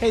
Hey,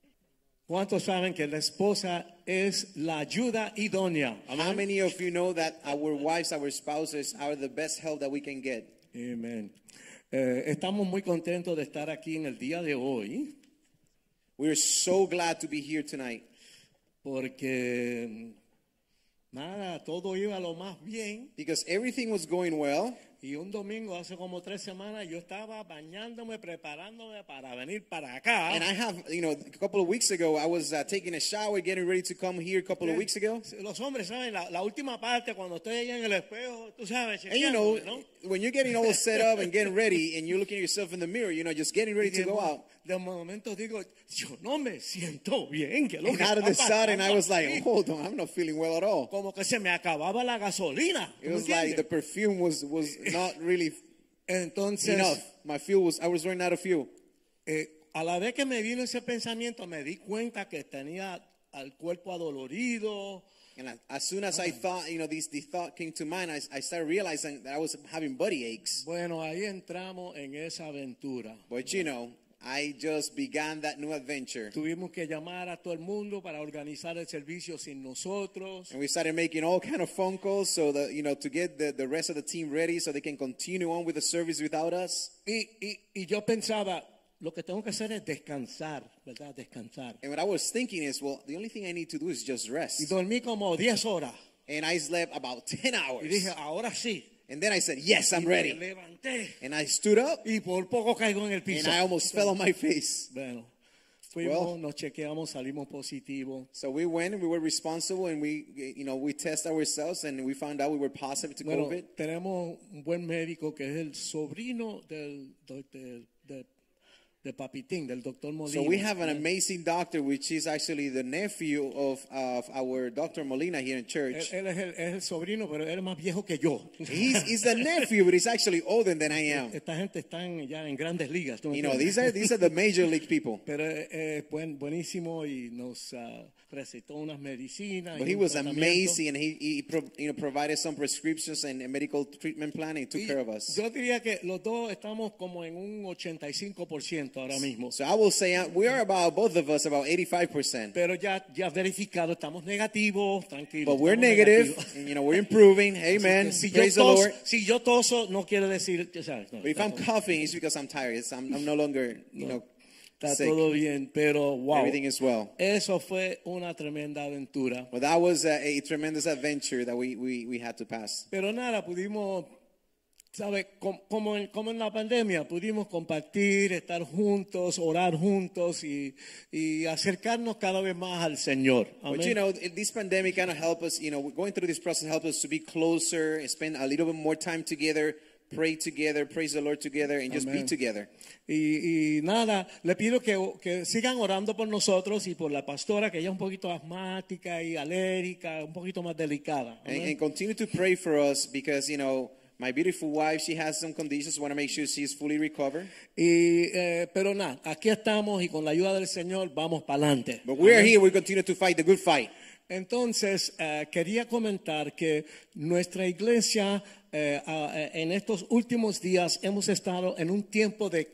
¿Cuántos saben que la esposa es la ayuda idónea? Um, How many of you know that our wives, our spouses are the best help that we can get? Amén. Eh, estamos muy contentos de estar aquí en el día de hoy We're so glad to be here tonight porque nada, todo iba lo más bien. because everything was going well. Y un domingo hace como tres semanas yo estaba bañándome, preparándome para venir para acá. And I have, you know, a couple of weeks ago, I was uh, taking a shower, getting ready to come here a couple of weeks ago. Los hombres saben la, la última parte cuando estoy allá en el espejo, tú sabes, And you chequeándome, know, ¿no? when you're getting all set up and getting ready and you're looking at yourself in the mirror, you know, just getting ready Y de, to go out. de momento digo, yo no me siento bien. Que lo And que out of está the sudden, I pasando was like, aquí. hold on, I'm not feeling well at all. como que se me acababa la gasolina. ¿tú It me was like entiendes? the perfume was, was not really Entonces, enough. My fuel was, I was running out of fuel. eh, a la vez que me vino ese pensamiento, me di cuenta que tenía al cuerpo adolorido, And I, as soon as I thought, you know, these the thought came to mind, I, I started realizing that I was having buddy aches. Bueno, ahí entramos en esa aventura. But you know, I just began that new adventure, Tuvimos que llamar a todo el mundo para organizar el servicio sin nosotros. and we started making all kind of phone calls so that you know to get the, the rest of the team ready so they can continue on with the service without us. Y, y, y yo pensaba, lo que tengo que hacer es descansar, ¿verdad? Descansar. And what I was thinking is, well, the only thing I need to do is just Y rest. dormí como 10 horas. And I slept about ten Y hours, dije, ahora sí. and then I said, yes, I'm Me ready. levanté. And I stood up, Y por poco caigo en el and piso. I almost fell on my face. Bueno, fuimos, Well. nos chequeamos, salimos positivos. So we went, we were responsible, and we, you know, we test ourselves, and we found out we were positive to Bueno, COVID. tenemos un buen médico que es el sobrino del, doc- de, de- de Papitín, del doctor Molina. So we have an amazing doctor, which is actually the nephew of, of our Dr. Molina here in él, church. él es, el, es el sobrino, pero él es más viejo que yo. He's, he's the nephew, but he's actually older than I am. Esta gente está en- ya en grandes ligas. ¿tú me You know, entiendes? these are these are the major league people. Pero es buen, buenísimo y nos ah, recetó unas medicinas. But y he un was tratamiento. amazing, and he, he pro, you know provided some prescriptions and and medical treatment plan. He took Y care of us. Yo diría que los dos estamos como en un 85% ahora mismo. So I will say uh, we are about both of us about 85 percent, Pero ya, ya verificado, estamos negativos, tranquilos. but we're estamos negative, negativos. and you know we're improving. Amen. Si yo, Praise the toso, Lord. si yo toso, no quiere decir que sabes, no, But if está I'm todo- coughing, it's because I'm tired. It's, I'm, I'm no longer you know está sick. todo bien, pero wow. Everything is well. Eso fue una tremenda aventura. Well, that was a, a tremendous adventure that we, we, we had to pass. Pero nada, pudimos, ¿sabes? Com- Como, en, como en la pandemia, pudimos compartir, estar juntos, orar juntos y, y acercarnos cada vez más al Señor. Pues, But Amén. you know, it- this pandemic kind of helped us, you know, going through this process helped us to be closer, and spend a little bit more time together, pray together, praise the Lord together, and just be together. Y, y nada, le pido que, que sigan orando por nosotros y por la pastora, que ella es un poquito asmática y alérgica, un poquito más delicada. And, Amén. and continue to pray for us because, you know, my beautiful wife, she has some conditions. want to make sure she's fully recovered. Y, eh, pero nada, aquí estamos y con la ayuda del Señor vamos para adelante. But we are here. We continue to fight the good fight. Entonces, eh, quería comentar que nuestra iglesia eh, ah, eh, en estos últimos días hemos estado en un tiempo de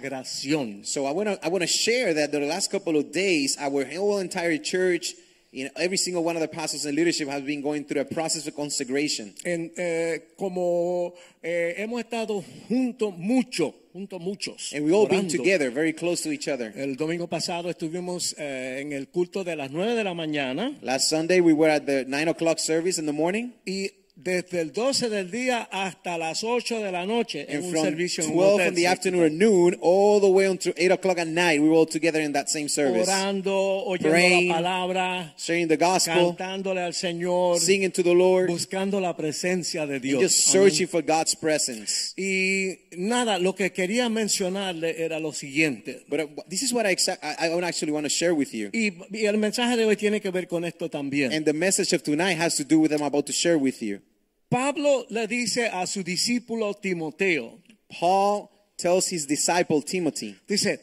consagración. So I want to I want to share that the last couple of days, our whole entire church, you know, every single one of the pastors and leadership has been going through a process of consecration. En, eh, como eh, hemos estado juntos mucho, juntos muchos. And we've all been orando. together, very close to each other. El domingo pasado estuvimos eh, en el culto de las 9 de la mañana Last Sunday, we were at the 9 o'clock service in the morning. y desde el 12 del día hasta las 8 de la noche en And un from servicio en un 12 hotel, in the sí. afternoon or noon all the way until 8 o'clock at night, we were all together in that same service, orando, oyendo Praying. la palabra, sharing the gospel, cantándole al Señor, singing to the Lord, buscando la presencia de and Dios. just Amén. searching for God's presence. Y nada, lo que quería mencionarle era lo siguiente. But uh, this is what I, exa- I, I would actually want to share with you. Y, y el mensaje de hoy tiene que ver con esto también. And the message of tonight has to do with what I'm about to share with you. Pablo le dice a su discípulo Timoteo, Paul tells his disciple Timothy, dice,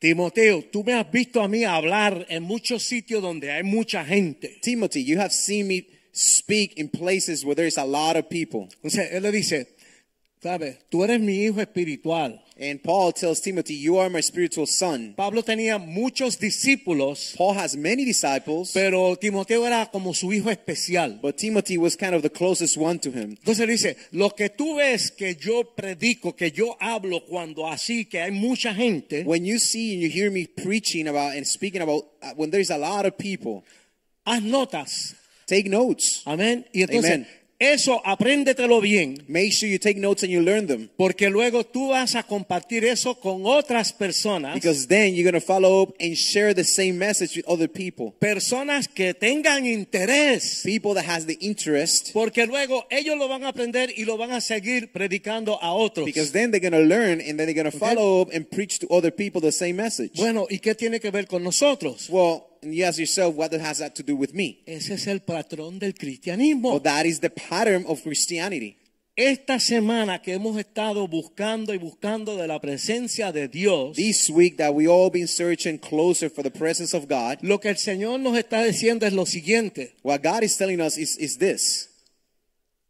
Timoteo, tú me has visto a mí hablar en muchos sitios donde hay mucha gente. Timothy, you have seen me speak in places where there's a lot of people. Entonces él le dice, sabes, tú eres mi hijo espiritual. And Paul tells Timothy, You are my spiritual son. Pablo tenía muchos discípulos, Paul has many disciples, pero Timoteo era como su hijo especial. but Timothy was kind of the closest one to him. Entonces él dice, lo que tú ves que yo predico, que yo hablo cuando así, que hay mucha gente, When you see and you hear me preaching about and speaking about uh, when there's a lot of people, haz notas. take notes. Amén. Y entonces, Amen. eso apréndetelo bien. Make sure you take notes and you learn them Porque luego tú vas a compartir eso con otras personas. because then you're going to follow up and share the same message with other people. personas que tengan interés. People that has the interest Porque luego ellos lo van a aprender y lo van a seguir predicando a otros. because then they're going to learn and then they're going to follow up and preach to other people the same message. bueno, ¿y qué tiene que ver con nosotros? Well, and you ask yourself, what has that to do with me? Ese es el patrón del cristianismo. Well, that is the pattern of Christianity. Esta semana que hemos estado buscando y buscando de la presencia de Dios, This week that we all been searching closer for the presence of God, lo que el Señor nos está diciendo es lo siguiente. what God is telling us is, is this.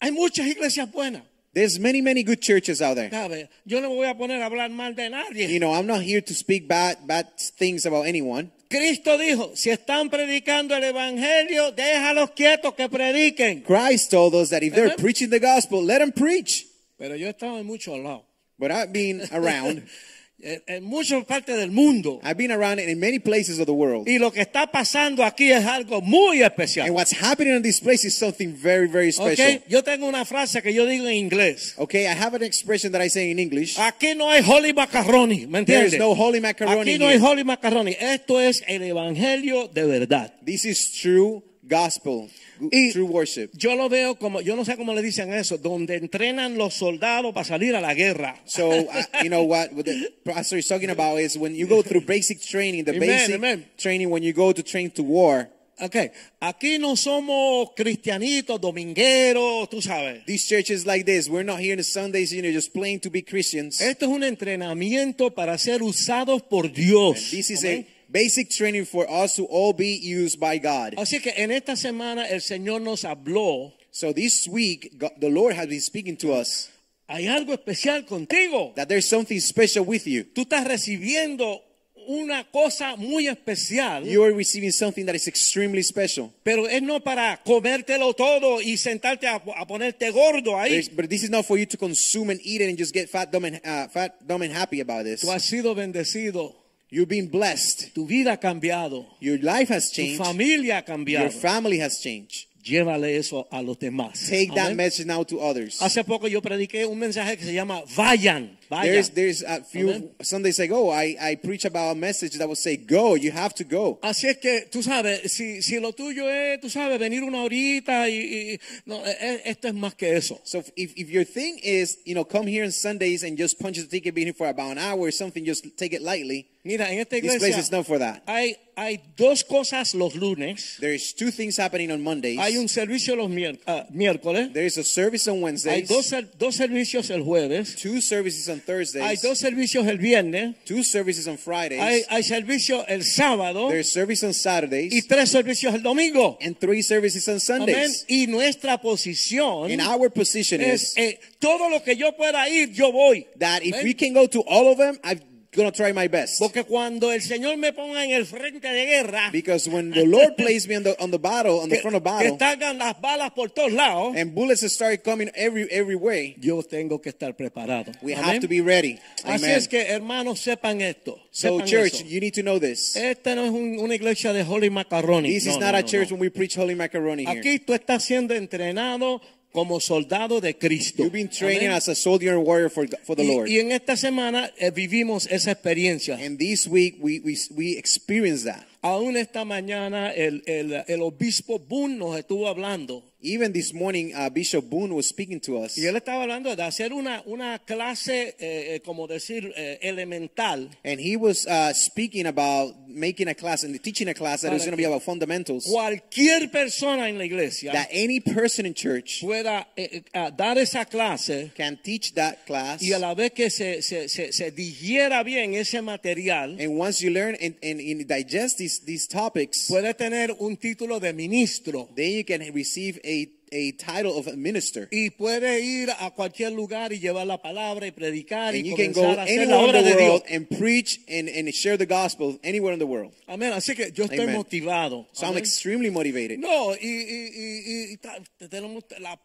Hay muchas iglesias buenas. There's many, many good churches out there. ¿sabe? Yo no me voy a poner a hablar mal de nadie. You know, I'm not here to speak bad, bad things about anyone. Cristo dijo, si están predicando el evangelio, déjalos quietos que prediquen. Christ told us that if they're Amen. preaching the gospel, let them preach. Pero yo he estado en muchos lados, But I've been around. en en muchas partes del mundo. I've been around in many places of the world. Y lo que está pasando aquí es algo muy And especial. what's happening in this place is something very, very special. ¿ok? Yo tengo una frase que yo digo en inglés. Okay, I have an expression that I say in English. Aquí no hay holy macaroni, ¿me There entiendes? is no holy macaroni. aquí no hay here. holy macaroni. Esto es el evangelio de verdad. This is true gospel, Y- true worship. Yo lo veo como, yo no sé cómo le dicen eso, donde entrenan los soldados para salir a la guerra. So uh, you know what, what the pastor is talking about is when you go through basic training, the Amen, basic amen. training when you go to train to war. Ok, aquí no somos cristianitos, domingueros, tú sabes. These churches like this, we're not here on Sundays, you know, just playing to be Christians. Esto es un entrenamiento para ser usados por Dios. This is Amén. a basic training for us to all be used by God. Así que en esta semana el Señor nos habló. So this week, God, the Lord has been speaking to us Hay algo especial contigo. that there's something special with you. Tú estás recibiendo una cosa muy especial, You are receiving something that is extremely special. pero es no para comértelo todo y sentarte a, a ponerte gordo ahí. There's- but this is not for you to consume and eat it and just get fat, dumb, and uh, fat, dumb, and happy about this. Tú has sido bendecido, You're being blessed. tu vida ha cambiado, Your life has tu changed. familia ha cambiado. Your family has changed. Llévale eso a los demás. Take that Amén. message now to others. Hace poco yo prediqué un mensaje que se llama Vayan, vayan. There's there's a few ah, Amen. Sundays ago I I preach about a message that would say go. You have to go. Así es que tú sabes, si, si lo tuyo es, tú sabes, venir una horita y, y- no, e- e- esto es más que eso. So if if your thing is you know come here on Sundays and just punch the ticket, be here for about an hour or something, just take it lightly. Mira, en esta This place iglesia is not for that. hay, hay dos cosas los lunes, There's two things happening on Mondays. hay un servicio los mier- ah, miércoles, There's a service on hay Wednesdays. dos, ser- dos servicios el jueves, Two services on hay Thursdays. dos servicios el viernes, Two services on Fridays. hay, hay servicio el sábado There's service on y Saturdays tres servicios el domingo. and three services on Amén. Sundays. Y nuestra posición And our position es is eh, todo lo que yo pueda ir, yo voy. that if Amén. we can go to all of them, I'm gonna try my best. Porque cuando el Señor me ponga en el frente de guerra, Because when the Lord plays me on the on the battle, on the que, front of que battle, salgan las balas por todos lados, and bullets start coming every every way, yo tengo que estar preparado. we Amén. have to be ready. Así Amen. es que hermanos sepan esto. so, sepan church, eso. you need to know this. esta no es un- una iglesia de holy macaroni. This No, is no, not a no, church no. when we preach holy macaroni here. Aquí tú estás siendo entrenado como soldado de Cristo. You've been training Amén. as a soldier and warrior for, for the Lord. y, y en esta semana eh, vivimos esa experiencia. And this week we, we, we experienced that. Aún esta mañana el, el- el obispo Boone nos estuvo hablando. Even this morning, uh, Bishop Boone was speaking to us, Y él estaba hablando de hacer una, una clase, eh, eh, como decir, eh, elemental. and he was uh, speaking about making a class and teaching a class that was going to be about fundamentals. Cualquier persona en la iglesia That any person in church pueda eh, eh, ah, dar esa clase can teach that class, y a la vez que se, se, se, se digiera bien ese material, and once you learn and, and, and digest these, these topics, puede tener un título de ministro. then you can receive a, a title of a minister. Y puede ir a cualquier lugar y llevar la palabra y predicar And y you can go comenzar a hacer la anywhere obra in the de Dios. world and preach and, and share the gospel anywhere in the world. Amén. Así que yo estoy Amen. motivado. So I'm Amén. extremely motivated. No, y, y- y- y ta- tenemos la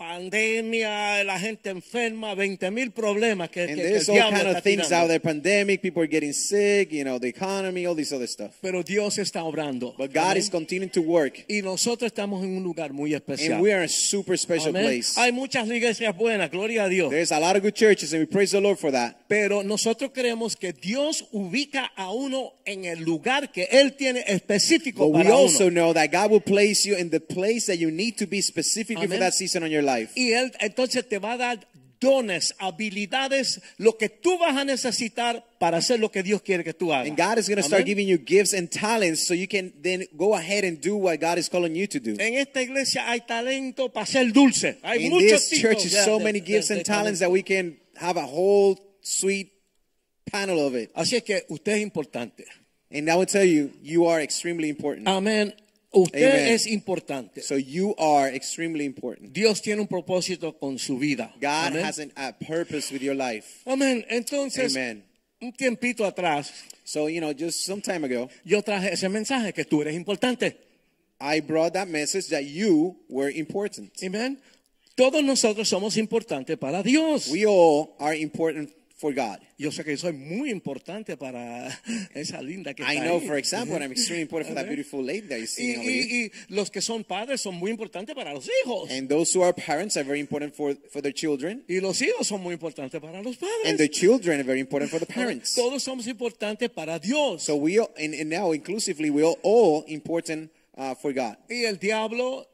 pandemia, la gente enferma, 20 mil problemas que, que- And que there's el diablo all kind está of things tirando. out there, pandemic, people are getting sick, you know, the economy, all this other stuff. Pero Dios está obrando. But God Amén. is continuing to work. y nosotros estamos en un lugar muy especial. And we are in a super special Amén. place. Hay muchas iglesias buenas, gloria a Dios. There's a lot of good churches, and we praise the Lord for that. Pero nosotros creemos que Dios ubica a uno en el lugar que Él tiene específico But we para also uno. know that God will place you in the place that you need to be specifically for Amén. that season on your life. Y Él entonces te va a dar dones, habilidades, lo que tú vas a necesitar para hacer lo que Dios quiere que tú hagas. And God is going to start Amén. giving you gifts and talents so you can then go ahead and do what God is calling you to do. En esta iglesia hay talento para ser dulce. Hay In muchos this tipos church is de- so de- many de- gifts de- and de talento. talents that we can have a whole sweet panel of it. Así es que usted es importante. And I will tell you, you are extremely important. Amén. Usted Amen. es importante. So you are extremely important. Dios tiene un propósito con su vida. God Amén. has an, a purpose with your life. Amén. Entonces, Amen. un tiempito atrás, So, you know, just some time ago, yo traje ese mensaje que tú eres importante. I brought that message that you were important. Amén. Todos nosotros somos importantes para Dios. We all are important for God. Yo sé que yo soy muy importante para esa linda que I está know, ahí. for example, I'm extremely important for that Amen. beautiful lady that Mm-hmm. you Y, see over here. y- y los que son padres son muy importantes para los hijos. And those who are parents are very important for, for their children. Y los hijos son muy importantes para los And the padres. children are very important for the parents. Todos somos importantes para Dios. So we all, and, and now inclusively, we are all important uh, for God. y el diablo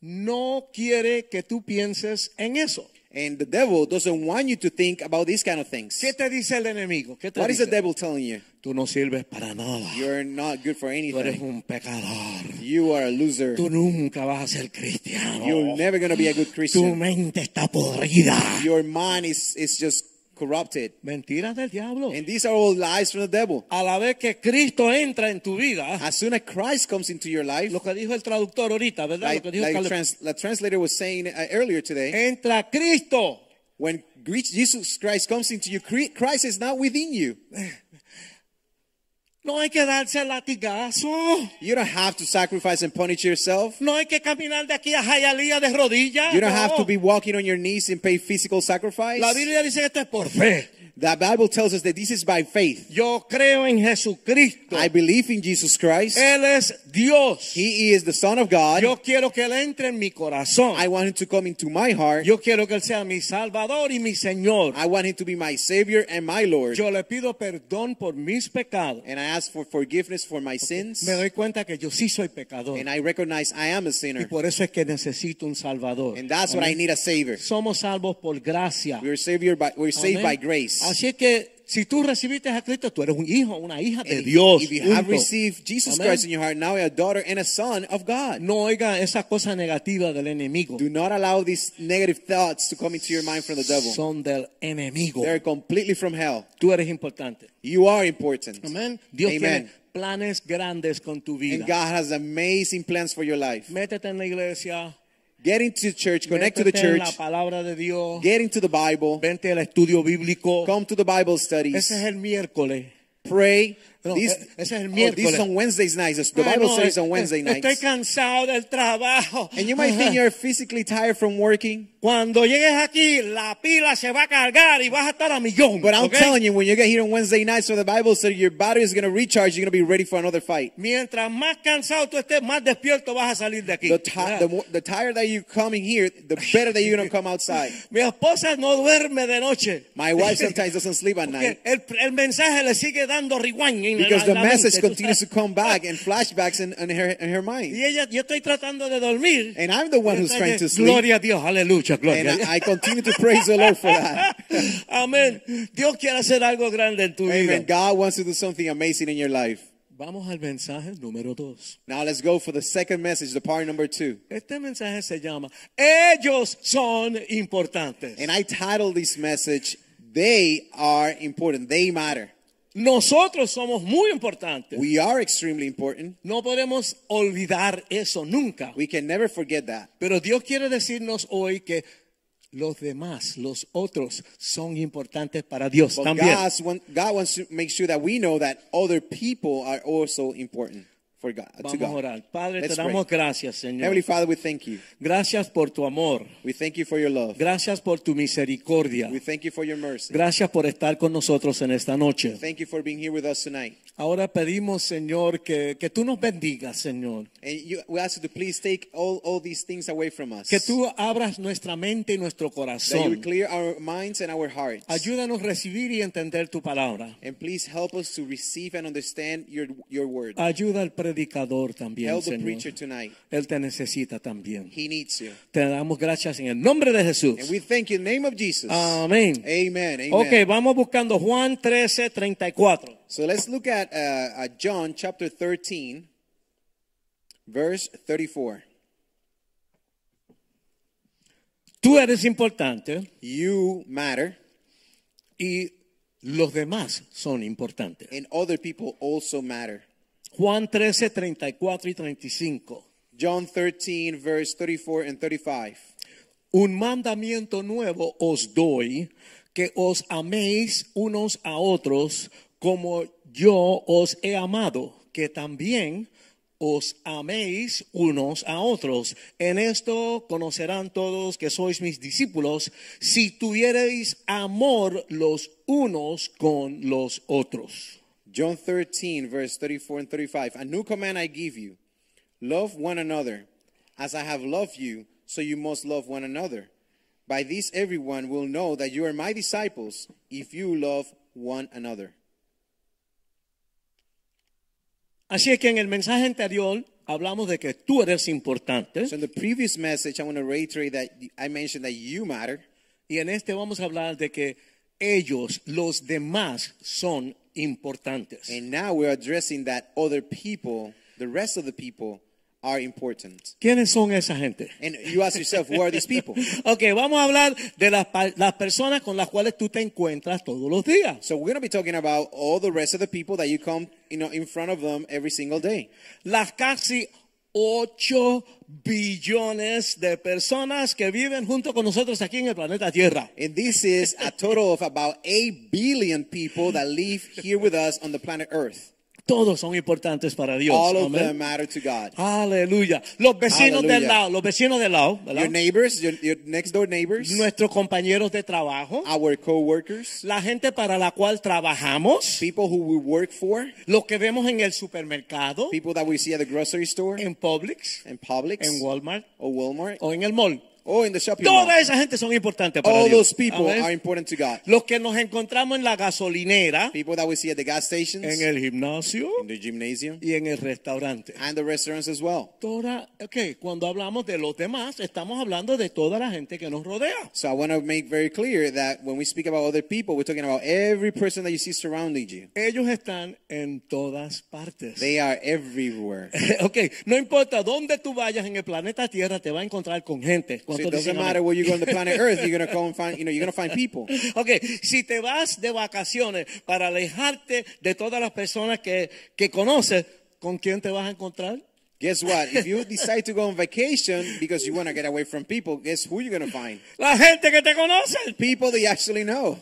no quiere que tú pienses en eso. And the devil doesn't want you to think about these kind of things. ¿Qué te dice el enemigo? ¿Qué te What is dice? the devil telling you? Tú no sirves para nada. You're not good for Tú eres anything. un pecador. You are a loser. Tú nunca vas a ser cristiano. You're never going to be a good tu Christian. mente está podrida. Your mind is, is just corrupted. Mentiras del diablo. And these are all lies from the devil. A la vez que Cristo entra en tu vida, As soon as Christ comes into your life, lo que dijo el traductor ahorita, ¿verdad? like, lo que dijo like Caleb. trans, the translator was saying uh, earlier today, entra Cristo. when Gre- Jesus Christ comes into you, Cre- Christ is not within you. No hay que darse latigazo. You don't have to sacrifice and punish yourself. No hay que caminar de aquí a Jayalía de rodillas. You don't no. have to be walking on your knees and pay physical sacrifice. La Biblia dice que esto es por fe. The Bible tells us that this is by faith. Yo creo en Jesucristo. I believe in Jesus Christ. Él es Dios. He is the Son of God. Eh. Yo quiero que Él entre en mi corazón. I want him to come into my heart. Yo quiero que Él sea mi Salvador y mi Señor. I want him to be my Savior and my Lord. Yo le pido perdón por mis pecados. And I ask for forgiveness for my sins. Me doy cuenta que yo sí soy pecador. And I recognize I am a Y sinner. por eso es que necesito un Salvador. And that's what I Amén. need a Savior. Somos salvos por gracia. We are savior by, we're saved Amén. by grace. Así que si tú recibiste a Cristo, tú eres un hijo, una hija de And Dios. if you punto. have received Jesus Amén. Christ in your heart, now you're a daughter and a son of God. No oiga esa cosa negativa del enemigo. Do not allow these negative thoughts to come into your mind from the devil. Son del enemigo. They're completely from hell. Tú eres importante. You are important. Amén. Dios Amen. tiene planes grandes con tu And vida. God has amazing plans for your life. Métete en la iglesia. Get into church, connect to the métete en la church, palabra de Dios. get into the Bible, Vente al estudio bíblico. come to the Bible studies, Ese es el miércoles. pray, No, This- e- ese es el oh, this miércoles. is on Wednesdays nights. The Ay, Bible no, says eh, on Wednesday estoy nights. cansado del trabajo. And you might think Ajá. you're physically tired from working, Cuando llegues aquí, la pila se va a cargar y vas a estar a millón. but I'm ¿ok? telling you, when you get here on Wednesday night, so the Bible said your battery is going to recharge. You're going to be ready for another fight. Mientras más cansado tú estés, más despierto vas a salir de aquí. The, ti- Ajá. the, more, the tired that you come in here, the better that you're going to come outside. Mi esposa no duerme de noche. My wife sometimes doesn't sleep at Porque night el, el mensaje le sigue dando rewind. en la- because the la mente, message tú continues to sabes. come back and flashbacks in, in, her, in her mind. Y ella, yo estoy tratando de dormir. And I'm the one who's trying to sleep. Gloria a Dios, aleluya, And gloria. a Dios. I, I continue to praise the Lord for that. Amén. Dios quiere hacer algo grande en tu Amen. vida. God wants to do something amazing in your life. Vamos al mensaje número dos. Now let's go for the second message, the part number two. Este mensaje se llama Ellos son importantes. And I titled this message, They Are Important. They Matter. Nosotros somos muy importantes. We are extremely important. no podemos olvidar eso nunca. We can never forget that. Pero Dios quiere decirnos hoy que los demás, los otros, son importantes para Dios But también. God's want- God wants to make sure that we know that other people are also important for God. to Vamos a God. orar. Padre, Let's te pray. damos gracias, Señor. Heavenly Father, we thank you. gracias por tu amor. We thank you for your love. Gracias por tu misericordia. We thank you for your mercy. Gracias por estar con nosotros en esta noche. Thank you for being here with us tonight. Ahora pedimos, Señor, que, que tú nos bendigas, Señor. And you, we ask you to please take all, all these things away from us. Que tú abras nuestra mente y nuestro that you would corazón. clear our minds and our hearts. Ayúdanos a recibir y entender tu palabra. And please help us to receive and understand your, your word. Ayuda al predicador también, Help the Señor. preacher tonight. Él te necesita también. He needs you. Te damos gracias en el nombre de Jesús. And we thank you in the name of Jesus. Amén. Amen. Amen. Ok, vamos buscando Juan 13, 34. So let's look at, uh, at John chapter 13, verse 34. Tú eres importante You matter, y los demás son importantes. and other people also matter. Juan 13, 34 y 35. John 13, verse 34 and 35. Un mandamiento nuevo os doy, que os améis unos a otros como yo os he amado, que también os améis unos a otros. En esto conocerán todos que sois mis discípulos, si tuviereis amor los unos con los otros. John 13, verse 34 and 35. A new command I give you love one another. As I have loved you, so you must love one another. By this, everyone will know that you are my disciples if you love one another. Así es que en el mensaje anterior hablamos de que tú eres importante So, in the previous message, I want to reiterate that I mentioned that you matter. Y en este vamos a hablar de que ellos, los demás, son importantes. And now we're addressing that other people, the rest of the people, are important. ¿Quiénes son esa gente? And you ask yourself, who are these people? Ok, vamos a hablar de las, pa- las personas con las cuales tú te encuentras todos los días. So we're going to be talking about all the rest of the people that you come, you know, in front of them every single day. Las casi 8 billones de personas que viven junto con nosotros aquí en el planeta Tierra. And this is a total of about 8 billion people that live here with us on the planet Earth. Todos son importantes para Dios. All of Amén. them matter to God. Aleluya. Los vecinos Aleluya. del lado, los vecinos del lado, ¿verdad? Your neighbors, your, your next door neighbors, nuestros compañeros de trabajo. our co-workers, la gente para la cual trabajamos, people who we work for, los que vemos en el supermercado, people that we see at the grocery store, en Publix, in Publix, en Walmart or Walmart, o en el mall. or in the shopping mall. Toda esa gente son importantes para All Dios. those people Amén. are important to God. Los que nos encontramos en la gasolinera, People that we see at the gas stations, en el gimnasio in the gymnasium, y en el restaurante. and the restaurants as well. Toda, ok, cuando hablamos de los demás, estamos hablando de toda la gente que nos rodea. So I want to make very clear that when we speak about other people, we're talking about every person that you see surrounding you. Ellos están en todas partes. They are everywhere. ok, no importa dónde tú vayas en el planeta Tierra, te va a encontrar con gente. So ¿Cuántos it dicen doesn't amén? matter where you go on the planet Earth, you're gonna go and find, you know, you're gonna find people. Ok, si te vas de vacaciones para alejarte de todas las personas que, que conoces, ¿con quién te vas a encontrar? Guess what? If you decide to go on vacation because you want to get away from people, guess who you're going to find? La gente que te conoce. People that you actually know.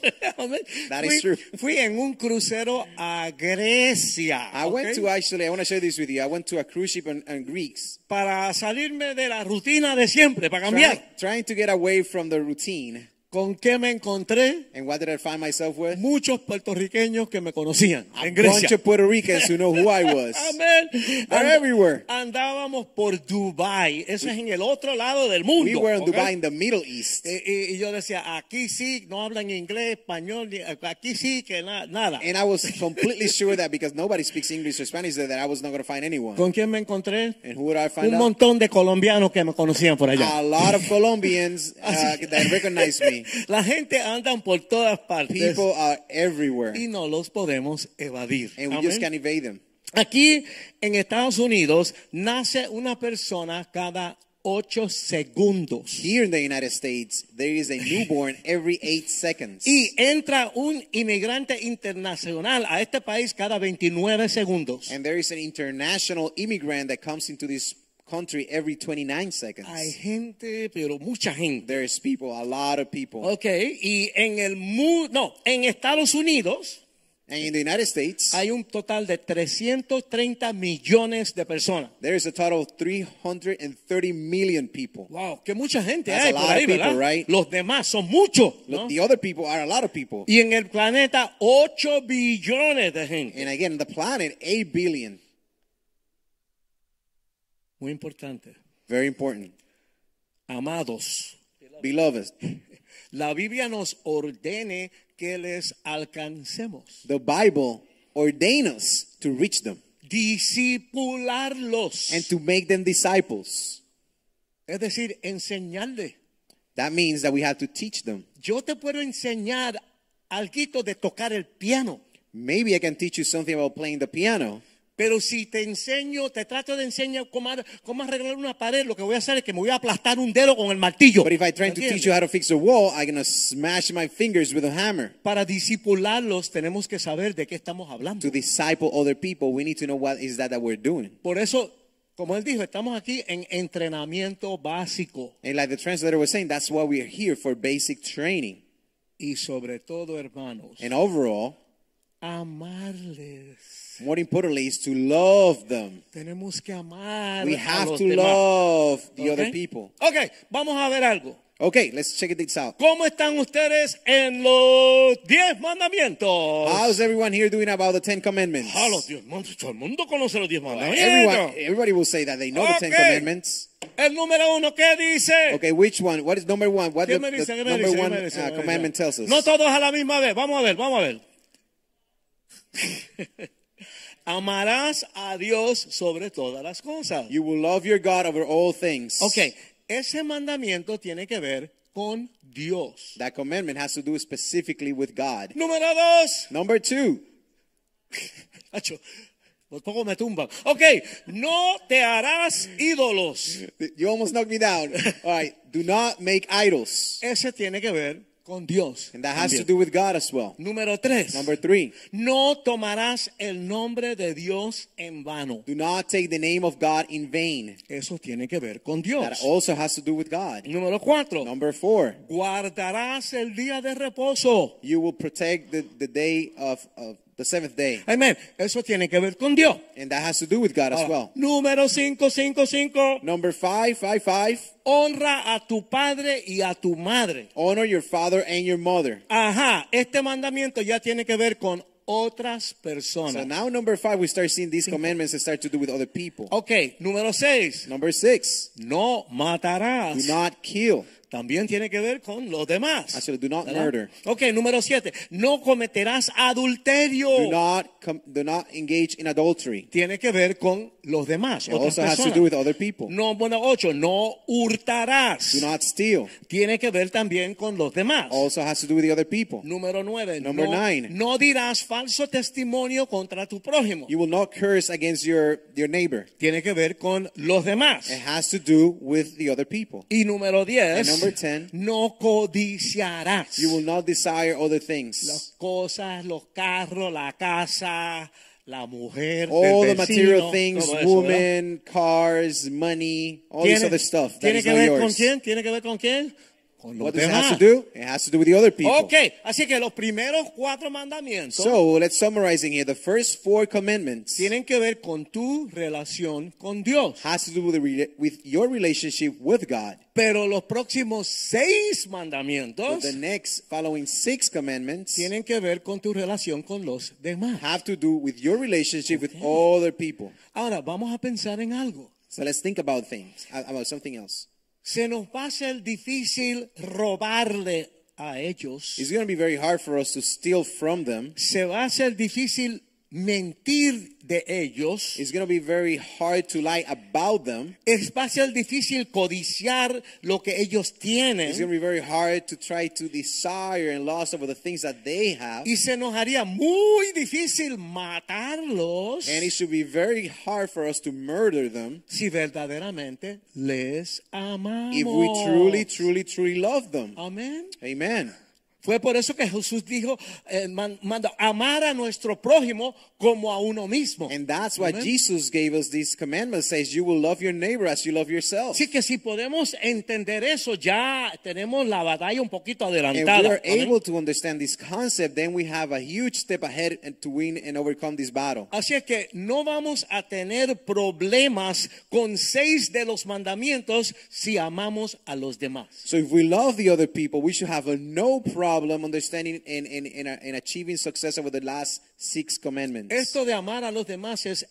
That fui, is true. Fui en un crucero a Grecia. I ¿ok? went to actually, I want to share this with you. I went to a cruise ship on, on Greeks, para salirme de la rutina de siempre, para trying, cambiar. trying to get away from the routine. ¿Con qué me encontré? And what did I find myself with? Muchos puertorriqueños que me conocían A en Grecia. Ah, bunch of Puerto Ricans who know who I was. Amén. They're everywhere. Andábamos por Dubai. Eso es en el otro lado del mundo. We were in ¿ok? Dubai in the Middle East. Y, y- y yo decía, aquí sí, no hablan inglés, español, ni- aquí sí que na- nada. And I was completely sure that because nobody speaks English or Spanish there, that I was not going to find anyone. ¿Con quién me encontré? And who would I find Un out? montón de colombianos que me conocían por allá. A lot of Colombians uh, Así- that recognized Ah, me. La gente andan por todas partes People are everywhere, y no los podemos evadir. and we Amén. just can't evade them. Aquí en Estados Unidos nace una persona cada ocho segundos. Here in the United States, there is a newborn every eight seconds. Y entra un inmigrante internacional a este país cada 29 segundos. And there is an international immigrant that comes into this country every 29 Hay seconds. gente, pero mucha gente. There's people, a lot of people. Ok, y en el mundo, no, en Estados Unidos And in the United States, hay un total de 330 millones de personas. there is a total of 330 million people. Wow, que mucha gente That's hay a lot por ahí, of people, ¿verdad? right? Los demás son muchos. Look, ¿no? the other people are a lot of people. Y en el planeta 8 billones de gente. And again, the planet, 8 billion. Muy importante. Very important. Amados, Beloved, la Biblia nos ordene que les alcancemos. the Bible ordain us to reach them Discipularlos. and to make them disciples. Es decir, enseñarle. That means that we have to teach them. Yo te puedo enseñar algo de tocar el piano. Maybe I can teach you something about playing the piano. Pero si te enseño, te trato de enseñar cómo, ar- cómo arreglar una pared, lo que voy a hacer es que me voy a aplastar un dedo con el martillo. But if I try to ¿Entiendes? teach you how to fix a wall, I'm gonna smash my fingers with a hammer. Para discipularlos tenemos que saber de qué estamos hablando. To disciple other people, we need to know what is that that we're doing. Por eso, como él dijo, estamos aquí en entrenamiento básico. And like the translator was saying, that's why we are here for basic training. Y sobre todo, hermanos, And overall, amarles. more importantly, is to love them. Tenemos que amar We a have los to demás. love the ¿Ok? other people. Ok, vamos a ver algo. Okay, let's check this out. ¿Cómo están ustedes en los 10 mandamientos? How's everyone here doing about the Ten Commandments? A los 10 mandamientos. Todo el mundo conoce los 10 Everyone, eh, mandamientos. everybody will say that they know the Ten Okay. Commandments. El número uno, ¿qué dice? Okay, which one? What is number one? What ¿Qué the, me dice? the ¿Qué me number dice? ¿Qué one me dice? uh, ¿Qué me commandment dice? tells us? No todos a la misma vez. Vamos a ver, vamos a ver. Amarás a Dios sobre todas las cosas. You will love your God over all things. ok, ese mandamiento tiene que ver con Dios. That commandment has to do specifically with God. Número dos. Number two, Acho, por poco me tumban. Ok, no te harás ídolos. th- you almost knocked me down. all right, do not make idols. Ese tiene que ver con Dios. And that has to también. do with God as well. Número tres. Number three, No tomarás el nombre de Dios en vano. do not take the name of God in vain. Eso tiene que ver con That Dios. also has to do with God. Número cuatro. Number four, Guardarás el día de reposo. you will protect the, the day of, of the seventh day. Amén. Eso tiene que ver con Dios. And that has to do with God as Ahora, well. Número cinco, cinco, cinco. Number five, five, five, Honra a tu padre y a tu madre. honor your father and your mother. Ajá. Este mandamiento ya tiene que ver con otras So personas. now number five, we start seeing these commandments that start to do with other people. ok. Número seis. Number six, No matarás. do not kill. También tiene que ver con los demás. I said, do not ¿verdad? murder. Ok, número siete. No cometerás adulterio. Do not com- do not engage in adultery. Tiene que ver con los demás. It otras also has to personas. do with other people. No, bueno, ocho. No hurtarás. Do not steal. Tiene que ver también con los demás. Also has to do with the other people. Número nueve. Number no, nine. no dirás falso testimonio contra tu prójimo. You will not curse against your your neighbor. Tiene que ver con los demás. It has to do with the other people. Y número diez. Eh. And number ten. No codiciarás. You will not desire other las things. cosas, los carros, la casa, la mujer, all the del vecino, material things, todo eso, ¿verdad? woman, cars, money, all this Tiene, other stuff that tiene is que not ver con yours. quién, tiene que ver con quién, con los What does it demás. have to do? It has to do with the other people. Ok, así que los primeros cuatro mandamientos So let's summarizing here. The first four commandments tienen que ver con tu relación con Dios. has to do with, the re- with your relationship with God. Pero los próximos seis But mandamientos the next following six commandments tienen que ver con tu relación con los demás. have to do with your relationship with other people. Ahora vamos a pensar en algo. So let's think about things, uh, about something else. Se nos va a ser difícil robarle a ellos. It's going to be very hard for us to steal from them. Se va a hacer difícil mentir de ellos. It's going to be very hard to lie about them. Es va a ser difícil codiciar lo que ellos It's going tienen. to be very hard to try to desire and lust over the things that they have. Y se nos haría muy difícil matarlos And it should be very hard for us to murder them si verdaderamente les amamos. if we truly, truly, truly love them. Oh. Amén. Amen. Fue por eso que Jesús dijo, eh, man- manda amar a nuestro prójimo como a uno mismo. And that's why Amen. Jesus gave us this commandment says you will love your neighbor as you love yourself. Así que si podemos entender eso, ya tenemos la batalla un poquito And we adelantada. are Amén. able to understand this concept, then we have a huge step ahead and to win and overcome this battle. Así es que no vamos a tener problemas con seis de los mandamientos si amamos a los demás. So if we love the other people, we should have a no problem understanding and, and, and, and achieving success over the last six commandments. Esto de amar a los demás es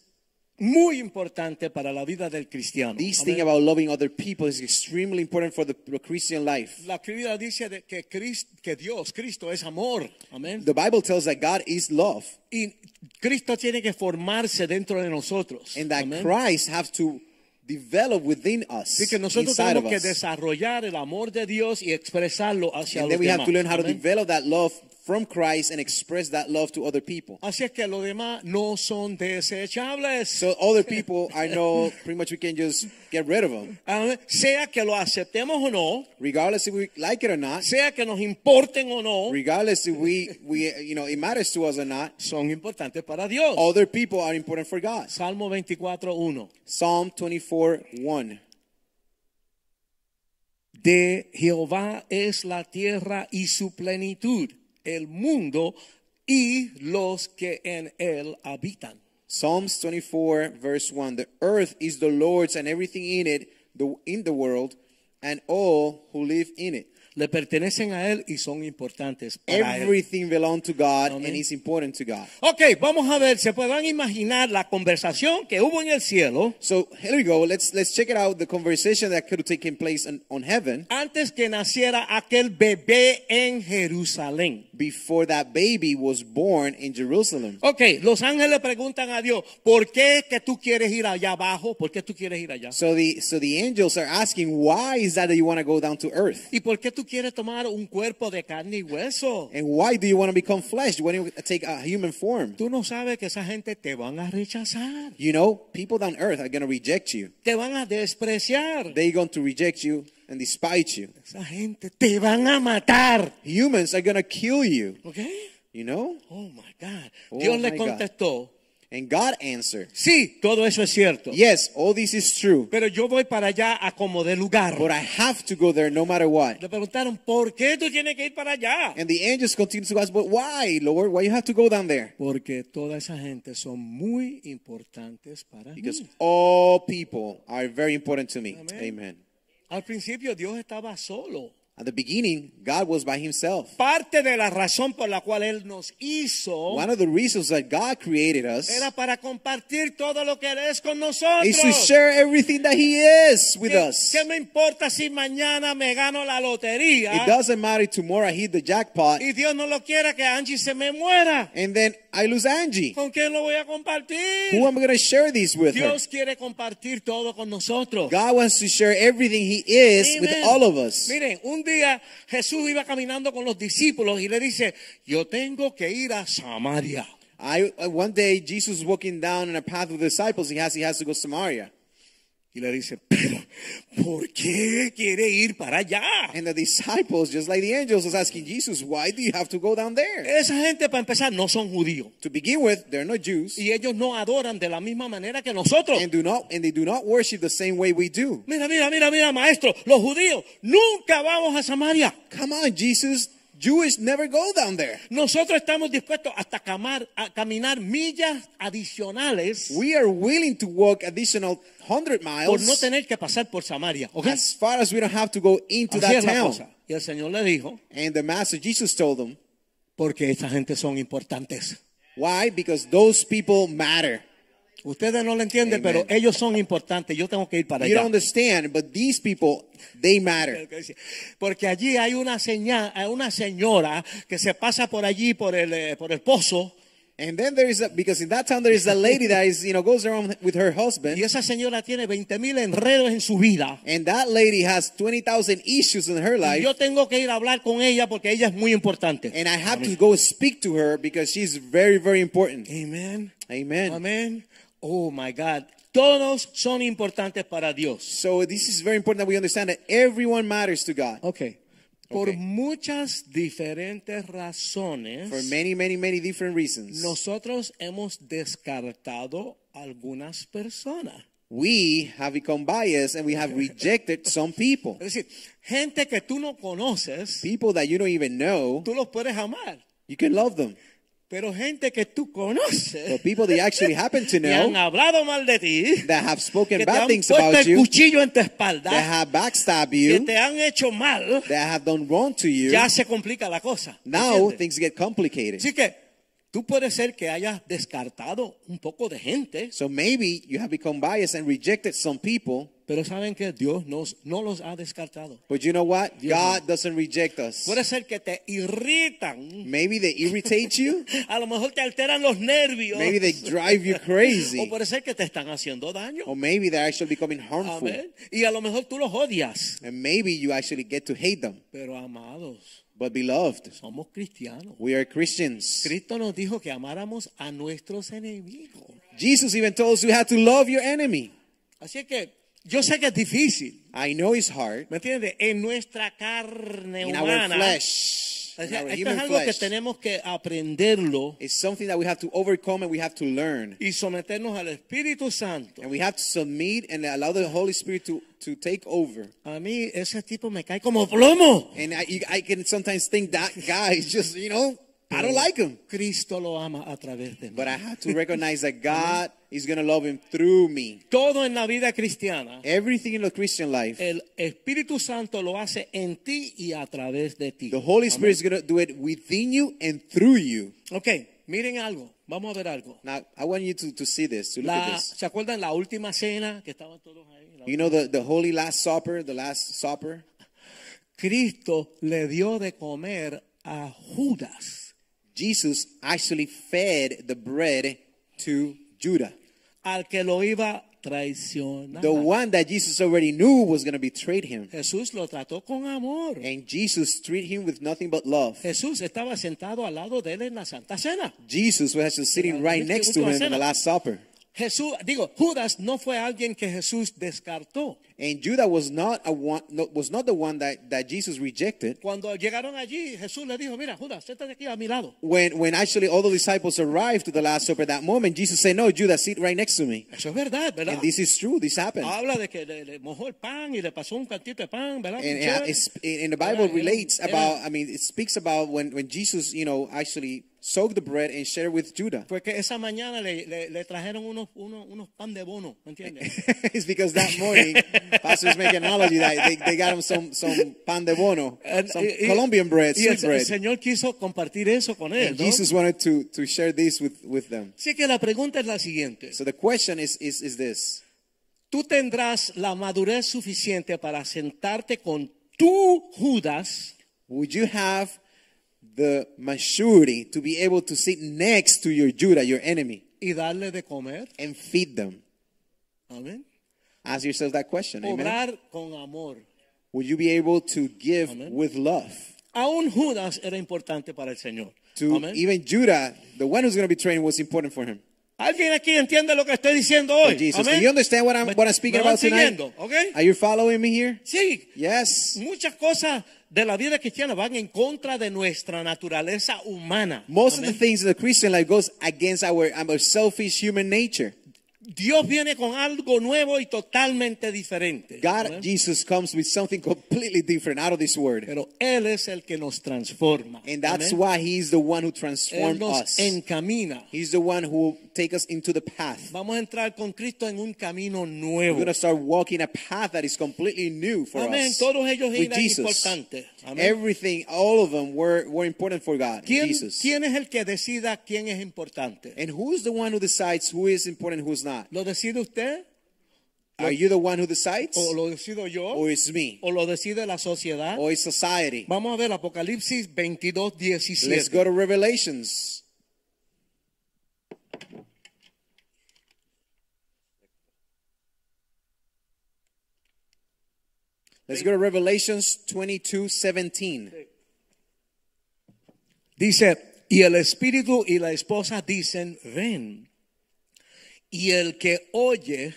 muy importante para la vida del cristiano. this Amén. thing about loving other people is extremely important for the the Christian life. La Biblia dice de que, Cris- que Dios, Cristo es amor. Amén. The Bible tells that God is love Y Cristo tiene que formarse dentro de nosotros. and that Amén. Christ have to develop within us. Así que nosotros inside of tenemos que us. desarrollar el amor de Dios y expresarlo hacia los And then we demás. have to learn how to Amén. develop that love from Christ and express that love to other people. Así es que los demás no son desechables. So other people I know pretty much we can just get rid of them. Amén. Ah, sea que lo aceptemos o no, Regardless if we like it or not, sea que nos importen o no, regardless if we, we you know it matters to us or not, son importantes para Dios. other people are important for God. Salmo 24:1. Psalm 24 1. De Jehová es la tierra y su plenitud, el mundo y los que en él habitan. Psalms 24 verse 1. The earth is the Lord's and everything in it, the in the world, and all who live in it. Le pertenecen a él y son importantes para él. Everything belongs to God Amén. and is important to God. Ok, vamos a ver, se puedan imaginar la conversación que hubo en el cielo So here we go. Let's let's check it out. The conversation that could have taken place on, on heaven antes que naciera aquel bebé en Jerusalén. before that baby was born in Jerusalem. Ok, los ángeles preguntan a Dios, ¿por qué es que tú quieres ir allá abajo? ¿Por qué tú quieres ir allá? So the so the angels are asking, why is that that you want to go down to earth? ¿Y por qué tú quieres tomar un cuerpo de carne y hueso? And why do you want to become flesh? Why do you take a human form? Tú no sabes que esa gente te van a rechazar, You know, people down earth are gonna reject you. te van a despreciar, They're going to reject you and despise you. esa gente te van a matar. Humans are gonna kill you. ¿Ok? You know? Oh my God. Oh Dios le my God. contestó, And God answered, sí, todo eso es cierto. Yes, all this is true, Pero yo voy para allá a como de lugar. but I have to go there no matter what. Le preguntaron, ¿por qué tú tienes que ir para allá? And the angels continue to ask, but why, Lord? Why you have to go down there? Porque toda esa gente son muy importantes para Because mí. all people are very important to me. Mm. Amen. Amen. Al principio Dios estaba solo. At the beginning, God was by himself. Parte de la razón por la cual Él nos hizo One of the reasons that God created us Oh. era para compartir todo lo que Él es con nosotros. is to share everything that he is with ¿Qué, us. qué me importa si mañana me gano la lotería It doesn't matter tomorrow I hit the jackpot y Dios no lo quiera que Angie se me muera? and then I lose Angie. ¿Con quién lo voy a compartir? Who am I going to share this with her? Dios quiere compartir todo con nosotros. God wants to share everything He is with Amen. all of us. Miren, un día Jesús iba caminando con los discípulos y le dice, yo tengo que ir a Samaria. I uh, one day Jesus was walking down in a path with the disciples. He has he has to go to Samaria, Y le dice, pero ¿por qué quiere ir para allá? And the disciples, just like the angels, was asking Jesus, why do you have to go down there? Esa gente para empezar no son judíos. To begin with, they're not Jews, Y ellos no adoran de la misma manera que nosotros. and do not and they do not worship the same way we do. Mira, mira, mira, mira, maestro. Los judíos nunca vamos a Samaria. Come on, Jesus, Jewish never go down there. Nosotros estamos dispuestos hasta camar- a caminar millas adicionales We are willing to walk additional por hundred no miles tener que pasar por Samaria. ¿ok? as far as we don't have to go into Así that es la town. cosa. Y el Señor le dijo, And the master Jesus told them, porque esta gente son importantes. Why? Because those people matter. Ustedes no lo entienden, Amen. pero ellos son importantes. Yo tengo que ir para You allá. don't understand, but these people, they matter. Porque allí hay una señal, hay una señora que se pasa por allí por el eh, por el pozo And then there is a because in that town there is a lady that is, you know, goes around with her y husband. esa señora tiene 20 mil enredos en su vida. And that lady has 20,000 issues in her Y life. yo tengo que ir a hablar con ella porque ella es muy importante. And I have to go speak to her because she's very, very important. Amén. Amen. Amén. Oh my God. Todos son importantes para Dios. So this is very important that we understand that everyone matters to God Ok. Por Ok. muchas diferentes razones, for many, many, many different reasons. nosotros hemos descartado algunas personas. We have become biased and we have rejected some people. Es decir, gente que tú no conoces, People that you don't even know, tú los puedes amar. you can love them. Pero gente que tú conoces, But people that you actually happen to que han know, hablado mal de ti, that have que spoken te bad han things puesto about el you, cuchillo en tu that espalda, have backstabbed que you, te han hecho mal, that have done wrong to you, ya se complica la cosa. now ¿entiendes? things get complicated. Así que tú puedes ser que hayas descartado un poco de gente, So maybe you have become biased and rejected some people, pero saben que Dios nos, no los ha descartado. but you know what? Dios God doesn't reject us. Puede ser que te irritan, Maybe they irritate you, a lo mejor te alteran los nervios, maybe they drive you o crazy, puede ser que te están haciendo daño. or maybe they're actually becoming harmful, Amén. Y a lo mejor tú los odias, and maybe you actually get to hate them. pero amados, But beloved, somos cristianos. we are Christians. Cristo nos dijo que amáramos a nuestros enemigos. Jesus even told us we have to love your enemy. Así que yo sé que es difícil, I know it's hard. ¿me entiendes? En nuestra carne In our humana. flesh, O in sea, esto our es human algo que flesh, tenemos que aprenderlo it's something that we have to overcome and we have to learn. y someternos al Espíritu Santo. And we have to submit and allow the Holy Spirit to, to take over. A mí ese tipo me cae como plomo. And I, you- I can sometimes think that guy is just, you know, I don't like him. Cristo lo ama a través de mí. But I have to recognize that God is going to love him through me. Todo en la vida cristiana, Everything in the Christian life, el Espíritu Santo lo hace en ti y a través de ti. the Holy Spirit is going to do it within you and through you. Ok, miren algo, vamos a ver algo. Now, I want you to, to see this, to look at La, this. ¿Se acuerdan la última cena que estaban todos ahí? La- You know the, the Holy Last Supper, the Last Supper? Cristo le dio de comer a Judas, Jesus actually fed the bread to Judah, al que lo iba a traicionar. the one that Jesus already knew was going to betray him. Jesús lo trató con amor. And Jesus treated him with nothing but love. Jesús estaba sentado al lado de él en la Santa Cena. Jesus was actually sitting right next to him in the Last Supper. Jesús, digo, Judas no fue alguien que Jesús descartó. And Judah was not a one, no, was not the one that, that Jesus rejected. Cuando llegaron allí, Jesús le dijo, mira, Judas, siéntate aquí a mi lado. When when actually all the disciples arrived to the Last Supper that moment, Jesus said, "No, Judah, sit right next to me." Eso es verdad, ¿verdad? And this is true. This happened. Habla de que le, le mojó el pan y le pasó un cantito de pan, ¿verdad? And, Chévere. and, it's, and the Era- Bible era- relates era- about. I mean, it speaks about when when Jesus, you know, actually soaked the bread and shared with Judah. Porque esa mañana le, le- le trajeron unos, unos, unos pan de bono, ¿me ¿entiendes? it's because that morning, pastors make an analogy that they, they got him some some pan de bono, And- eh, some y- y- Colombian bread, y el, sweet el bread. Señor quiso compartir eso con él. And ¿no? Jesus wanted to to share this with with them. Así que la pregunta es la siguiente. So the question is is is this: Tú tendrás la madurez suficiente para sentarte con tu Judas Would you have the maturity to be able to sit next to your Judah, your enemy, y darle de comer. and feed them? Amén. Ask yourself that question. Amen. Obrar con amor. Would you be able to give Amen. with love? Aún Judas era importante para el Señor. To Amén. even Judah, the one who's going to be trained, was important for him. ¿Alguien aquí entiende lo que estoy diciendo Oh, hoy? Jesus, Amén. do you understand what I'm Me- what I'm speaking me van about tonight? siguiendo, okay? Mm. Are you following me here? Sí, Yes. muchas cosas de la vida cristiana van en contra de nuestra naturaleza humana. Most of Amén. the things in the Christian life goes against our our selfish human nature. Dios viene con algo nuevo y totalmente diferente. God, Amén. Jesus comes with something completely different out of this word, Pero Él es el que nos transforma. and that's Amén. why He's the one who Él transformed nos us. encamina. He's the one who will take us into the path. Vamos a entrar con Cristo en un camino We're nuevo. gonna start walking a path that is completely new for Amén. us. Todos ellos with eran Jesus. importantes. Amén. Everything, all of them were were important for God. ¿Quién, Jesus. quién es el que decida quién es importante? And who's the one who decides who is important, who's not? ¿Lo decide usted? Are you the one who decides, ¿O Oh, lo Oh, decido yo? or is me, ¿O lo decide la sociedad? or is society? Vamos a ver Apocalipsis 22, 17. Let's go to Revelations. Let's go to Revelations 22 17. Dice, y el espíritu y la esposa dicen, ven. Y el que oye,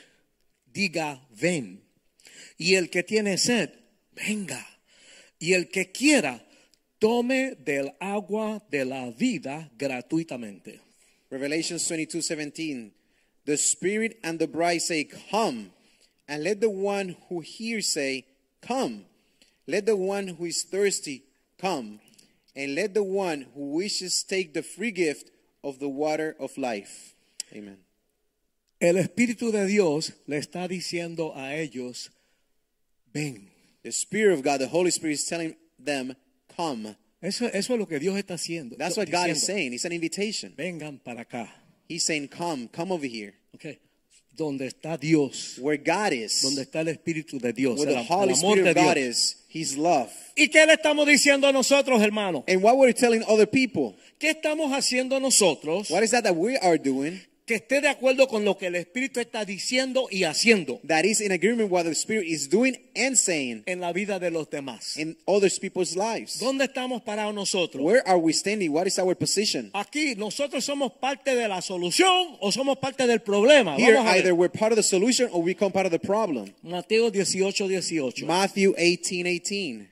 diga, ven. Y el que tiene sed, venga. Y el que quiera, tome del agua de la vida gratuitamente. Revelations 22 17. The Spirit and the bride say, Come. And let the one who hears say, Come. Let the one who is thirsty come. And let the one who wishes take the free gift of the water of life. Amen. El espíritu de Dios le está diciendo a ellos, ven. The Spirit of God, the Holy Spirit, is telling them, Come. Eso, eso es lo que Dios está haciendo. That's what God is diciendo, saying. It's an invitation. Vengan para acá. He's saying, Come, come over here. Okay. Donde está Dios. Where God is, donde está el Espíritu de Dios, where el, the am- Holy el amor Spirit de of God Dios. is, He's love. ¿Y qué le estamos diciendo a nosotros, hermano? And what we're telling other people. ¿Qué estamos haciendo nosotros What is that that we are doing que esté de acuerdo con lo que el Espíritu está diciendo y haciendo that is in agreement with what the Spirit is doing and saying en la vida de los demás? in other people's lives? ¿Dónde estamos parados nosotros? Where are we standing? What is our position? Aquí nosotros somos parte de la solución o somos parte del problema. Here, Vamos a ver. either we're part of the solution or we become part of the problem. Mateo 18, 18. Matthew 18 18.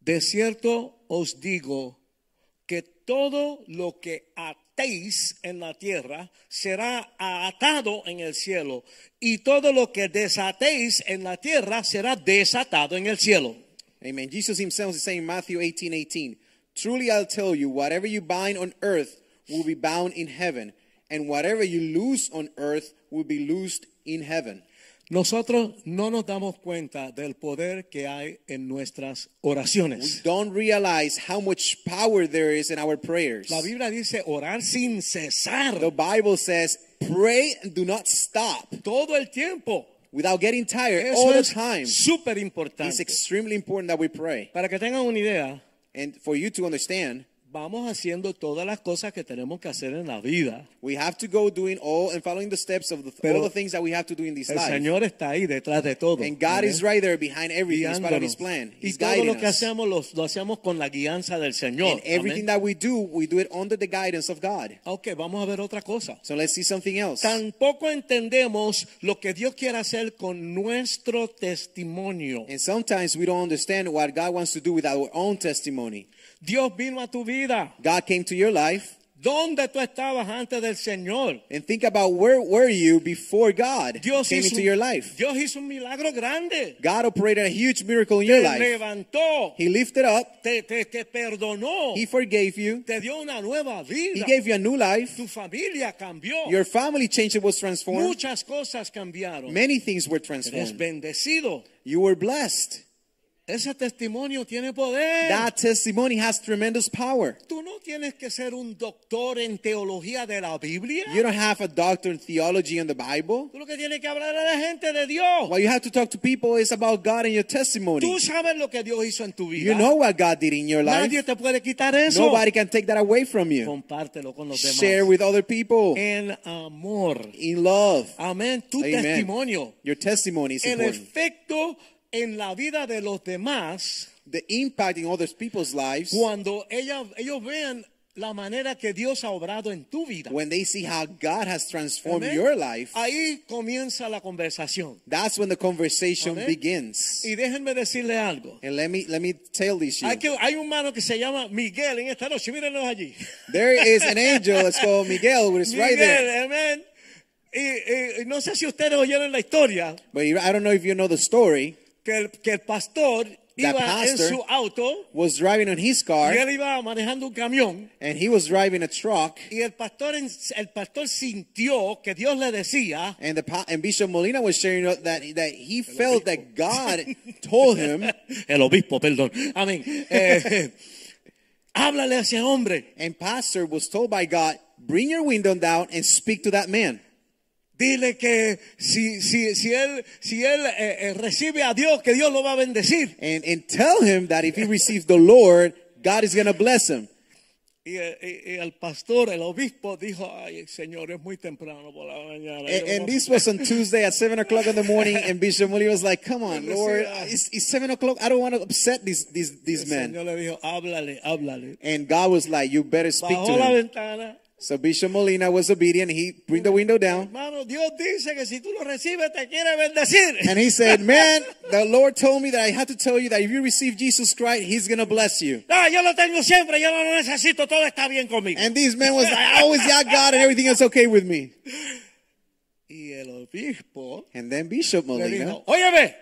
De cierto os digo que todo lo que atéis en la tierra será atado en el cielo y todo lo que desatéis en la tierra será desatado en el cielo. Amen. Jesus himself is saying, Matthew 18 18. Truly I'll tell you, whatever you bind on earth will be bound in heaven, and whatever you loose on earth will be loosed in heaven. Nosotros no nos damos cuenta del poder que hay en nuestras We oraciones. don't realize how much power there is in our prayers. La Biblia dice orar sin cesar The Bible says, pray and do not stop todo el tiempo. without getting tired all Eso the es time. súper It's importante. extremely important that we pray. Para que tengan una idea, And for you to understand, vamos haciendo todas las cosas que tenemos que hacer en la vida. we have to go doing all and following the steps of the, Pero all the things that we have to do in this El life. Señor está ahí detrás de todo. and God Amén. is right there behind everything. It's part of Guiándonos. His plan. Y He's todo guiding lo que us. hacemos los- lo, hacemos con la guianza del Señor. And everything Amén. that we do, we do it under the guidance of God. Ok, vamos a ver otra cosa. So let's see something else. Tampoco entendemos lo que Dios quiere hacer con nuestro testimonio. And sometimes we don't understand what God wants to do with our own testimony. Dios vino a tu vida. God came to your life, ¿Dónde tú estabas antes del Señor? and think about where were you before God Dios came hizo, into your life. Dios hizo un milagro grande. God operated a huge miracle in your te life. levantó. He lifted up, te, te- te perdonó. He forgave you, te dio una nueva He vida. gave you a new life. tu familia cambió. Your family changed, it was transformed. Muchas cosas cambiaron. Many things were Eres transformed. bendecido. You were blessed. Ese testimonio tiene poder. That testimony has tremendous power. Tú no tienes que ser un doctor en teología de la Biblia. You don't have a doctor in theology and the Bible. Tú lo que tienes que hablar a la gente de Dios. What you have to talk to people is about God and your testimony. Tú sabes lo que Dios hizo en tu vida. You know what God did in your life. Nadie te puede quitar eso. Nobody can take that away from you. Compártelo con los demás. Share with other people en amor. in love. Amén. Tu Amen. testimonio. Your testimony is El important. efecto en la vida de los demás The impact in other people's lives cuando ella- ellos vean la manera que Dios ha obrado en tu vida. when they see how God has transformed Amén. your life, Ahí comienza la conversación. that's when the conversation Amén. begins. Y déjenme decirle algo. And let me let me tell these you. Hay, que- hay un mano que se llama Miguel en esta noche. Mírenlo allí. There is an angel that's called Miguel, but it's right there. Miguel, amén. Y, y- y no sé si ustedes oyeron la historia But you- I don't know if you know the story. que el, que el pastor iba en pastor- su auto Was driving on his car, y él iba manejando un camión and he was driving a truck, y el pastor en- el pastor sintió que Dios le decía and the pa- and Bishop Molina was sharing that that he felt that God told him Em, el obispo, perdón, amén. Eh, háblale a ese hombre, And pastor was told by God, bring your window down and speak to that man. dile que si si si él si él eh, eh, recibe a Dios que Dios lo va a bendecir. And, and tell him that if he receives the Lord, God is going to bless him. Y, eh, y- y el pastor, el obispo dijo, ay señor, es muy temprano por la mañana. And, Yo and no- this was on Tuesday at 7 o'clock in the morning. And Bishop Moody was like, come on, Lord, it's, it's 7 o'clock. I don't want to upset these, these, these El men. Señor le dijo, háblale, háblale. And God was like, you better speak to Bajó la him. ventana. So Bishop Molina was obedient. He bring the window down. Hermano, Dios dice que si tú lo recibes te quiere bendecir. And he said, man, the Lord told me that I had to tell you that if you receive Jesus Christ, he's going to bless you. No, yo lo tengo siempre, yo no lo necesito, todo está bien conmigo. And these men was like, I always got God and everything is okay with me. y el obispo And then Bishop le Molina dijo, óyeme,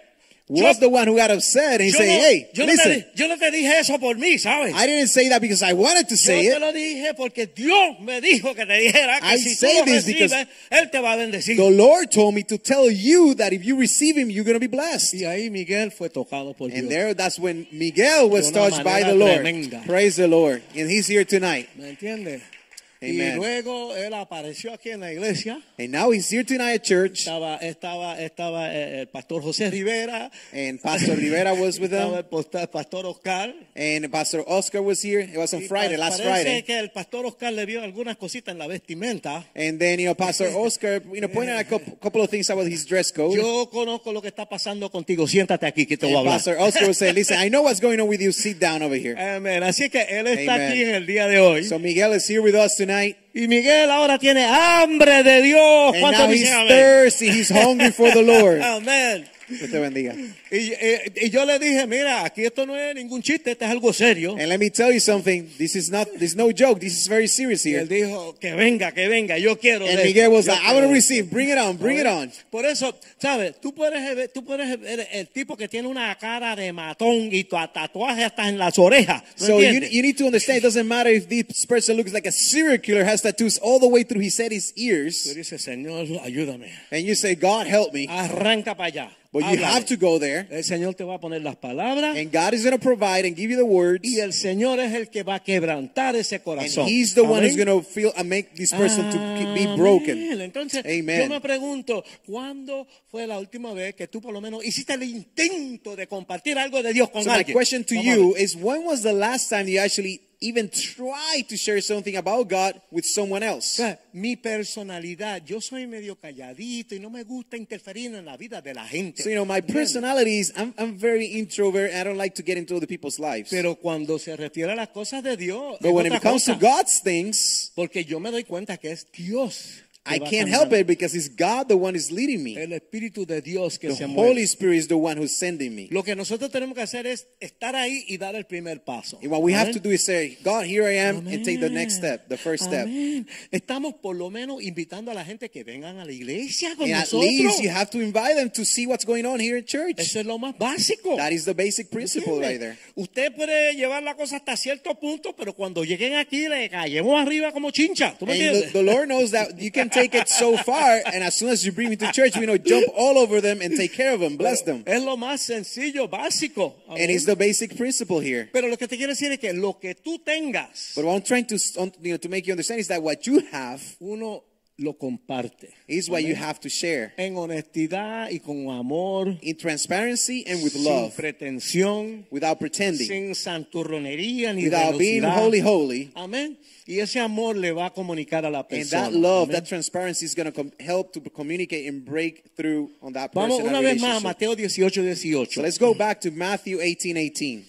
was the one who got upset and he yo, said, no, Hey, yo, no te, listen, di- yo no te dije eso por mí, ¿sabes? I didn't say that because I wanted to say yo te it. lo dije porque Dios me dijo que te dijera que I si tú say lo this recibes, because- Él te va a bendecir. The Lord told me to tell you that if you receive him, you're going to be blessed. Y ahí Miguel fue tocado por Dios. And there, that's when Miguel was De una touched by manera the Lord. tremenda. Praise the Lord. And he's here tonight. ¿Me entiendes? Y Amen. luego él apareció aquí en la iglesia. And now he's here tonight at church. Estaba, estaba, estaba eh, el pastor José Rivera. And Pastor Rivera was with Estaba him. el posta- el pastor Oscar. And Pastor Oscar was here. It was on Y Friday, pa- last parece Friday. que el pastor Oscar le vio algunas cositas en la vestimenta. And then, you know, Pastor Oscar, you know, pointed out a couple, couple of things about his dress code. Yo conozco lo que está pasando contigo. Siéntate aquí que te voy a And hablar. Pastor Oscar was saying, listen, I know what's going on with you. Sit down over here. Amén. Así que él está Amen. aquí en el día de hoy. So Miguel is here with us tonight. y Miguel ahora tiene hambre de Dios. And ¿Cuántos now he's dicen amén? thirsty. He's hungry for the Lord. Amén. Dios te bendiga. Y, eh, y yo le dije, mira, aquí esto no es ningún chiste, esto es algo serio. And let me tell you something. This is not, this is no joke. This is very serious Y él here. dijo, que venga, que venga, yo quiero. And de- Miguel was yo like, I quiero want to de- receive. Bring it on. Bring it on. Por eso, ¿sabes? Tú puedes, ver, tú puedes ver el tipo que tiene una cara de matón y tu tatuaje hasta en las orejas. ¿no So you, entiendes? you need to understand, it doesn't matter if this person looks like a serial killer, has tattoos all the way through his head, his Tú ears, dices, Señor, ayúdame. and you say, God help me. Arranca para allá. But you Háblame. have to go there, El Señor te va a poner las palabras and God is going to provide and give you the words. y el Señor es el que va a quebrantar ese And corazón. he's the one who's Amén. going to feel and make this person to ke- be Amén. broken. Entonces, yo Amen. me pregunto, ¿cuándo fue la última vez que tú por lo menos hiciste el intento de compartir algo de Dios con So my alguien? question to Vamos a you ver. is when was the last time you actually even tried to share something about God with someone else? O sea, Mi personalidad, yo soy medio calladito y no me gusta interferir en la vida de la gente. So you know, my ¿Entiendes? personality is I'm, I'm very introvert. and I don't like to get into other people's lives. Pero cuando se refiere a las cosas de Dios, But es when otra it comes to cosa. God's things, porque yo me doy cuenta que es Dios. que I va can't cambiando. help it because it's God the one is leading me. El Espíritu de Dios que se The mueve. Holy Spirit is the one who's sending me. Lo que nosotros tenemos que hacer es estar ahí y dar el primer paso. And what we have Amén. to do is say, God, here I am, and take the Amén. next step, the first step. Amén. Estamos por lo menos invitando a la gente que vengan a la iglesia con And at nosotros. least you have to invite them to see what's going on here in church. Eso es lo más básico. That is the basic principle ¿Entiende? right there. Usted puede llevar la cosa hasta cierto punto, pero cuando lleguen aquí le callemos arriba como chincha. ¿Tú me And the, entiendes? the Lord knows that you can take it so far, and as soon as you bring me to church, we know jump all over them and take care of them, bless them. Es lo más sencillo, básico. And it's the basic principle here. Pero lo que te quiero decir es que lo que tú tengas, But what I'm trying to s- you know to make you understand is that what you have uno lo comparte is what you have to share en honestidad y con amor, in transparency and with sin love, pretensión, without pretending, sin santurronería ni without being velocidad. holy, holy. Amén. Y ese amor le va a comunicar a la And persona. that love, Amén. that transparency is going to com- help to communicate and break through on that person. Vamos una vez más a Mateo 18, 18. So let's go back to Matthew 18, 18.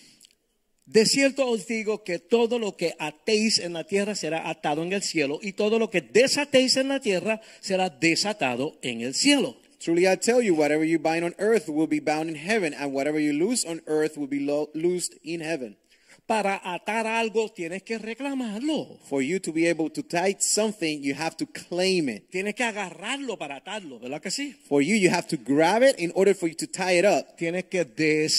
De cierto os digo que todo lo que atéis en la tierra será atado en el cielo y todo lo que desatéis en la tierra será desatado en el cielo. Truly I tell you, whatever you bind on earth will be bound in heaven, and whatever you loose on earth will be lo- loosed in heaven. Para atar algo tienes que reclamarlo. For you to be able to tie something, you have to claim it. Tienes que agarrarlo para atarlo, ¿verdad que sí? For you, you have to grab it in order for you to tie it up. Tienes que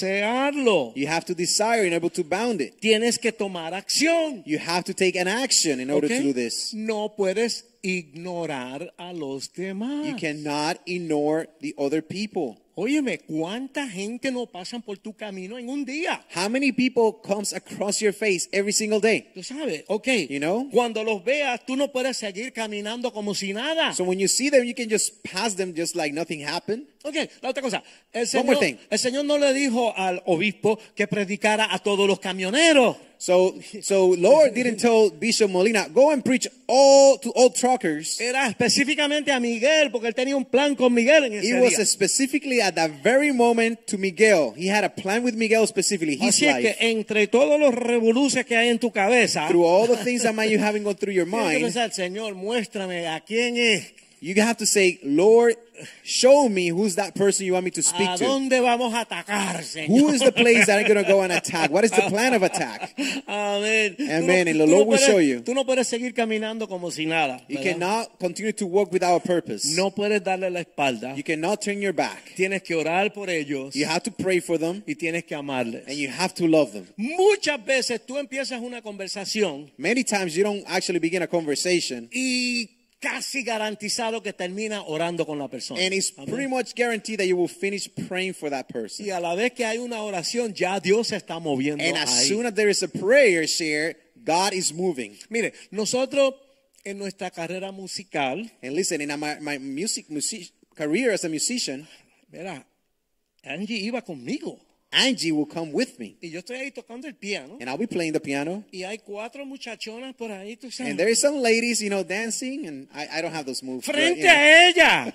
desearlo. You have to desire and able to bound it. Tienes que tomar acción. You have to take an action in order ¿ok? to do this. No puedes ignorar a los demás. You cannot ignore the other people. Óyeme, ¿cuánta gente no pasan por tu camino en un día? How many people comes across your face every single day? Tú sabes, ok. You know? Cuando los veas, tú no puedes seguir caminando como si nada. So when you see them, you can just pass them just like nothing happened. ok, la otra cosa. El One more señor, thing. el señor no le dijo al obispo que predicara a todos los camioneros. So so Lord didn't tell Bishop Molina, go and preach all to all truckers. Era específicamente a Miguel, porque él tenía un plan con Miguel en ese It was día. specifically at that very moment to Miguel. He had a plan with Miguel specifically. His Así es que life. entre todos los revoluces que hay en tu cabeza, Through all the things that might you having gone through your tienes que mind, pensar, Señor, muéstrame a quién es, you have to say, Lord, show me who's that person you want me to speak a to. dónde vamos a atacar, Señor. Who is the place that I'm going to go and attack? What is the plan of attack? Amén. Tú Amén. no- And the tú no Lord will puedes- show you. Tú no puedes seguir caminando como si nada. You ¿verdad? cannot continue to walk without a purpose. No puedes darle la espalda. You cannot turn your back. Tienes que orar por ellos You have to pray for them y tienes que amarles. and you have to love them. Muchas veces tú empiezas una conversación Many times you don't actually begin a conversation y casi garantizado que termina orando con la persona. and it's Amén. pretty much guaranteed that you will finish praying for that person. Y a la vez que hay una oración, ya Dios se está moviendo. And as ahí. soon as there is a prayer shared, God is moving. Mire, nosotros en nuestra carrera musical, And listen, in my, my music, music career as a musician, verá, Angie iba conmigo Angie will come with me y yo estoy ahí tocando el piano and I'll be playing the piano. y hay cuatro muchachonas por ahí, tú sabes, And there is some ladies, you know, dancing, and I, I don't have those moves. but, you frente know, a ella.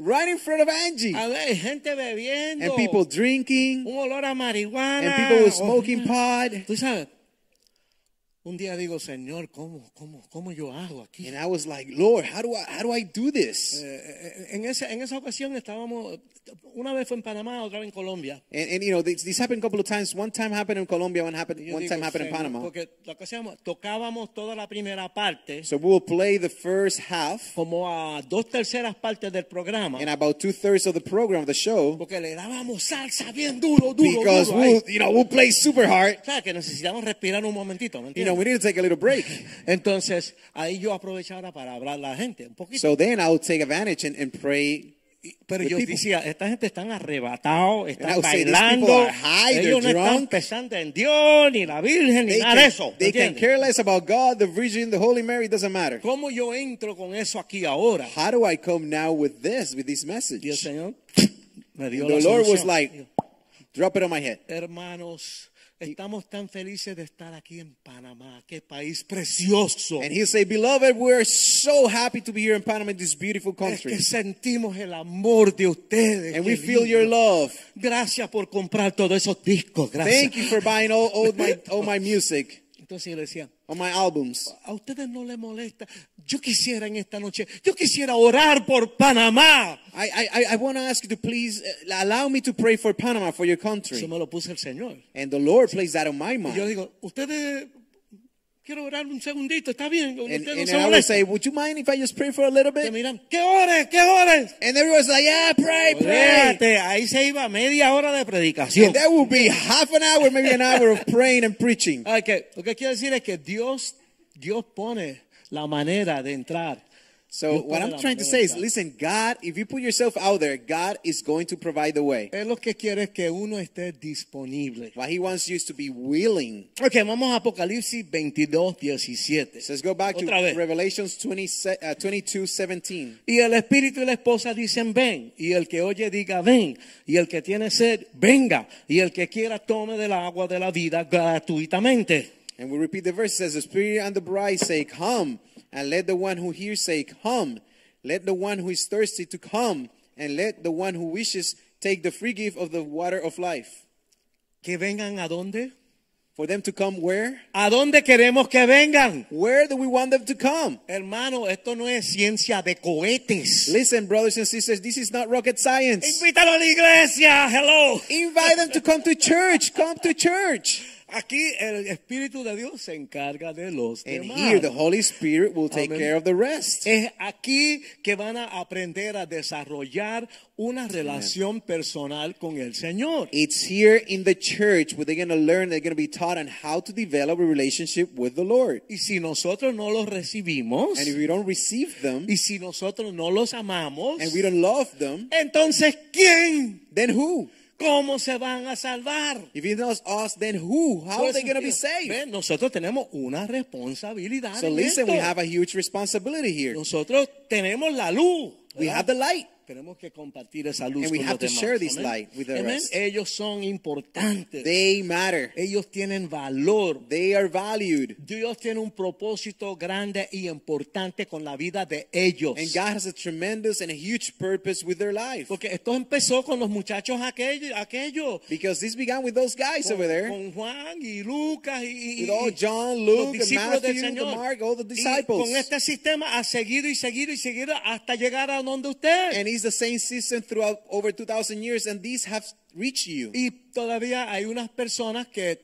right in front of Angie. A ver, gente bebiendo, And people drinking, un olor a marihuana, and people with o- smoking pot. Tú sabes. Un día digo, Señor, ¿cómo, cómo, cómo yo hago aquí? And I was like, Lord, how do I how do I do this? Eh, En esa, en esa ocasión estábamos, una vez fue en Panamá, otra vez en Colombia. And, and you know, this, this happened a couple of times. One time happened in Colombia, one happened Yo one digo, time happened in "Señor", Panama. Porque lo que hacíamos, tocábamos toda la primera parte, So we will play the first half como a dos terceras partes del programa, and about two thirds of the program of the show porque le dábamos salsa bien duro, duro, because duro. ahí. we'll you know we'll play super hard. O sea, que necesitamos respirar un momentito, ¿me You know, we entiendes? need to take a little break. Entonces, ahí yo aprovechaba para hablar a la gente un poquito. So then I'll take advantage and, and pray. Pero with yo people. decía, esta gente están arrebatados, I están would say, "These bailando, people are high, they're ellos no están drunk." pensando en Dios, ni la Virgen, ni They nada de can, eso. ¿me they can entiendes? care less about God, the Virgin, the Holy Mary, doesn't matter. ¿Cómo yo entro con eso aquí ahora? How do I come now with this, with this Y el message? Señor me dio la The Lord was solución. like, drop it on my head. Hermanos, estamos tan felices de estar aquí en Panamá. Qué país precioso. And he'll say, Beloved, we're so happy to be here in Panama, in this beautiful Es country. que sentimos el amor de ustedes. And qué we feel your lindo. love. Gracias por comprar todos esos discos. Gracias. Thank you for buying all, all, my, all my music, Entonces yo le decía, all my albums. a ustedes no les molesta. Yo quisiera en esta noche, yo quisiera orar por Panamá. I, I, I- I want to ask you to please uh, allow me to pray for Panama, for your Eso country. me lo puso el Señor. And the Lord placed that on my Y yo mind. digo, ustedes, quiero orar un segundito, está bien. And, Ustedes no se and then I would molestan. say, Would you mind if I just pray for a little Que bit? miran, que ores, que ores. And everyone's like, Yeah, pray, pray. Espérate, ahí se iba media hora de predicación. And that would be half an hour, maybe an hour of praying and preaching. Ay, Ah, que- lo que quiero decir es que Dios, Dios pone la manera de entrar. So Dios what pone I'm la trying manera de to say is, entrar. listen, God, if you put yourself out there, God is going to provide the way. Él lo que quiere es que uno esté disponible. What He wants you is to be willing. Ok, vamos a Apocalipsis 22, 17. So let's go back to Otra vez. Revelations 20, se- uh, 22, 17. Y el espíritu y la esposa dicen ven, y el que oye diga ven, y el que tiene sed venga, y el que quiera tome del agua de la vida gratuitamente. And we repeat the verse. It says, The Spirit and the bride say, Come. And let the one who hears say, Come. Let the one who is thirsty to come. And let the one who wishes take the free gift of the water of life. Que vengan a dónde? For them to come where? ¿A dónde queremos que vengan? Where do we want them to come? Hermano, esto no es ciencia de cohetes. Listen, brothers and sisters, this is not rocket science. Invítalo a la iglesia, hello. Invite them to come to church. Come to church. Aquí el Espíritu de Dios se encarga de los And demás. here, the Holy Spirit will take Amen. care of the rest. Es aquí que van a aprender a desarrollar una relación personal con el Señor. It's here in the church where they're going to learn, they're going to be taught on how to develop a relationship with the Lord. Y si nosotros no los recibimos, And if we don't receive them y si nosotros no los amamos, and we don't love them, entonces ¿quién? then who? ¿Cómo se van a salvar? If it's not us, then who? How are they going to be saved? Ven, nosotros tenemos una responsabilidad. So en listen, we esto. have a huge responsibility here. nosotros tenemos la luz. We ¿verdad? have the light. tenemos que compartir esa luz And we con have los to demás. share this Amén. light with the Amén. rest. Ellos son importantes. They matter. Ellos tienen valor. They are valued. Dios tiene un propósito grande y importante con la vida de ellos. And God has a tremendous and a huge purpose with their life. Porque esto empezó con los muchachos aquellos, aquellos Because this began with those guys over con, there. con Juan y Lucas y, y- With all y John, los Luke, discípulos del Matthew, the Señor. Mark, all the Y disciples. con este sistema ha seguido y seguido y seguido hasta llegar a donde usted. And it's the same system throughout over 2,000 years, and these have reached you. y todavía hay unas personas que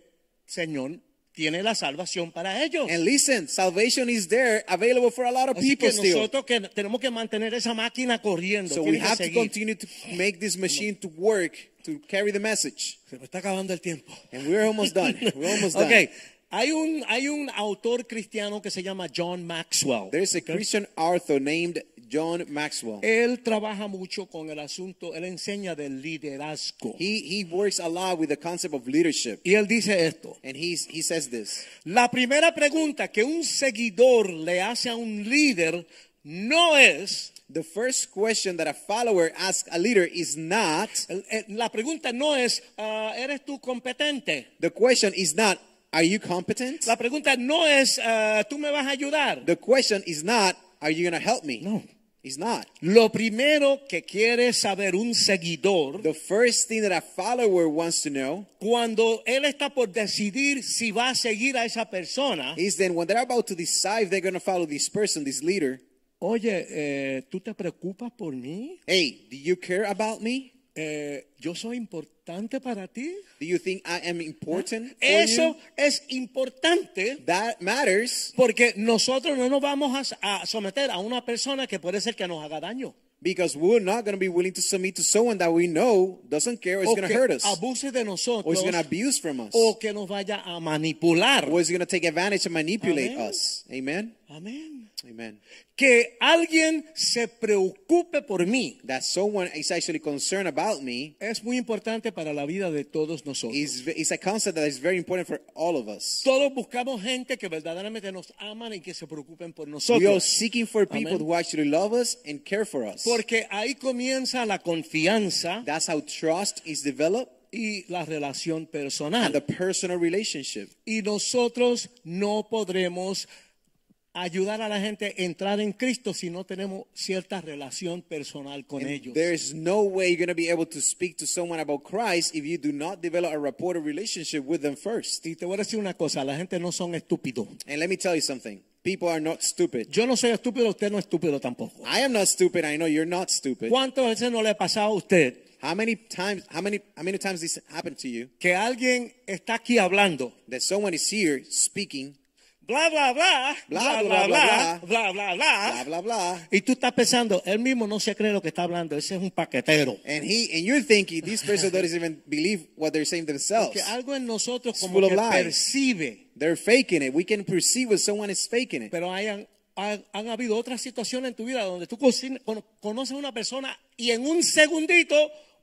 Señor tiene la salvación para ellos. And listen, salvation is there, available for a lot of Así people que still. nosotros que tenemos que mantener esa máquina corriendo. So tiene we que have to seguir. continue to make this machine to work, to carry the message. Se me está acabando el tiempo. And we're almost done. We're almost done. Okay. Hay un, hay un autor cristiano que se llama John Maxwell. There's a Christian author named John Maxwell. Él trabaja mucho con el asunto, él enseña del liderazgo. He, he works a lot with the concept of leadership. y él dice esto. And he's, he says this. La primera pregunta que un seguidor le hace a un líder no es, The first question that a follower asks a leader is not, el- el- la pregunta no es, ah, ¿eres tú competente? the question is not, are you competent? La pregunta no es, ah, ¿tú me vas a ayudar? The question is not, are you going to help me? No. It's not. Lo primero que quiere saber un seguidor The first thing that a follower wants to know cuando él está por decidir si va a seguir a esa persona, is then when they're about to decide if they're going to follow this person, this leader, oye, eh, ¿tú te preocupas por mí? hey, do you care about me? Eh, ¿Yo soy importante para ti? Do you think I am important? for Eso you? es importante That matters porque nosotros no nos vamos a s- a, someter a una persona que puede ser que nos haga daño. because we're not going to be willing to submit to someone that we know doesn't care or is o going to que hurt us abuse de or nosotros is going to abuse from us o que nos vaya a manipular. or is going to take advantage and manipulate Amen. us. Amen? Amén. Amen. Que alguien se preocupe por mí That someone is actually concerned about me es muy importante para la vida de todos nosotros. is, is a concept that is very important for all of us. Todos buscamos gente que verdaderamente nos aman y que se preocupen por We are nosotros. seeking for people Amen. who actually love us and care for us. Porque ahí comienza la confianza That's how trust is developed y la relación and the personal. personal relationship. Y nosotros no podremos ayudar a la gente a entrar en Cristo si no tenemos cierta relación personal con ellos. There's no way you're going to be able to speak to someone about Christ if you do not develop a rapport or relationship with them first. Y te voy a decir una cosa, la gente no son estúpidos. And let me tell you something. People are not stupid. Yo no soy estúpido, usted no es estúpido tampoco. I am not stupid. I know you're not stupid. ¿Cuántas veces no le ha pasado a usted How many times how many how many times this happened to you que alguien está aquí hablando? that someone is here speaking bla bla bla bla bla bla bla bla blah bla blah blah y tú estás pensando él mismo no se cree lo que está hablando ese es un paquetero and he and you're thinking this person doesn't even believe what they're saying themselves. que algo en nosotros It's como full que of lies. percibe They're faking it. We can perceive when someone is faking it. pero hayan han, han habido otras situaciones en tu vida donde tú conoces- cono- conoces a una persona y en un segundito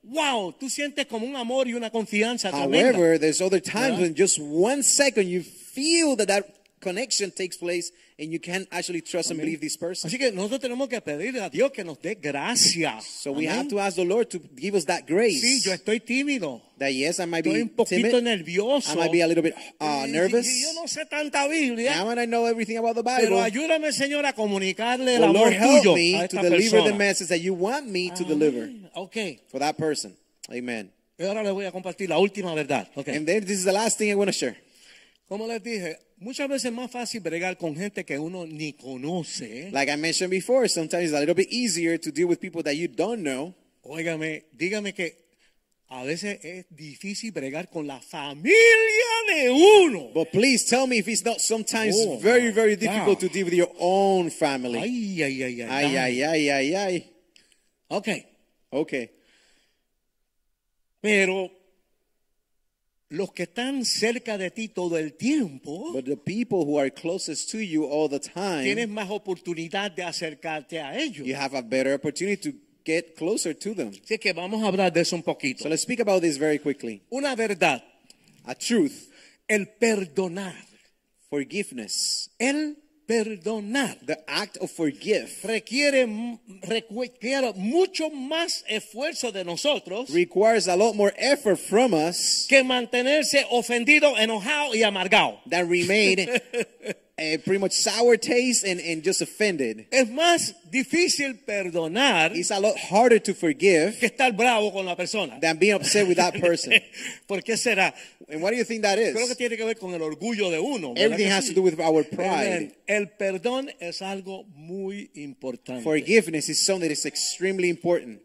wow tú sientes como un amor y una confianza tremenda. However, there's other times Yeah. when just one second you feel that that connection takes place and you can actually trust and believe this person. así que nosotros tenemos que pedirle a Dios que nos dé gracia So we Amén. have to ask the Lord to give us that grace. sí yo estoy tímido that yes, I might estoy be un poquito timid. nervioso I might be a little bit Y- uh, y- nervous. y yo no sé tanta Biblia Now and I know everything about the Bible. Pero ayúdame, Señor, a comunicarle el But amor Oh, Lord, help tuyo a me to esta deliver persona. the message that you want me to deliver Ok, for that person. Amen. y ahora le voy a compartir la última verdad. Ok. And then this is the last thing I want to share. Como les dije, muchas veces es más fácil bregar con gente que uno ni conoce. Like I mentioned before, sometimes it's a little bit easier to deal with people that you don't know. Óigame, dígame que a veces es difícil bregar con la familia de uno. But please tell me if it's not sometimes Oh, very, my very God. difficult to deal with your own family. Ay, ay, ay, ay. Ay, ay, ay, ay, ay. Ok, Okay. pero los que están cerca de ti todo el tiempo, But the people who are closest to you all the tienes time, más oportunidad de acercarte a ellos. you have a better opportunity to get closer to them. Así que vamos a hablar de eso un poquito. So let's speak about this very quickly. Una verdad, A truth, el perdonar. forgiveness, El perdonar the act of forgive requiere, m- requiere mucho más esfuerzo de nosotros requires a lot more effort from us que mantenerse ofendido, enojado y amargado. than remain a pretty much sour taste and, and just offended. Es más difícil perdonar It's a lot harder to forgive que estar bravo con la persona. than being upset with that person. ¿Por qué será? And what do you think that is? Creo que tiene que ver con el orgullo de uno. ¿verdad Everything que has sí? to do with our Amen. pride. El perdón es algo muy importante. Forgiveness is something that is extremely important.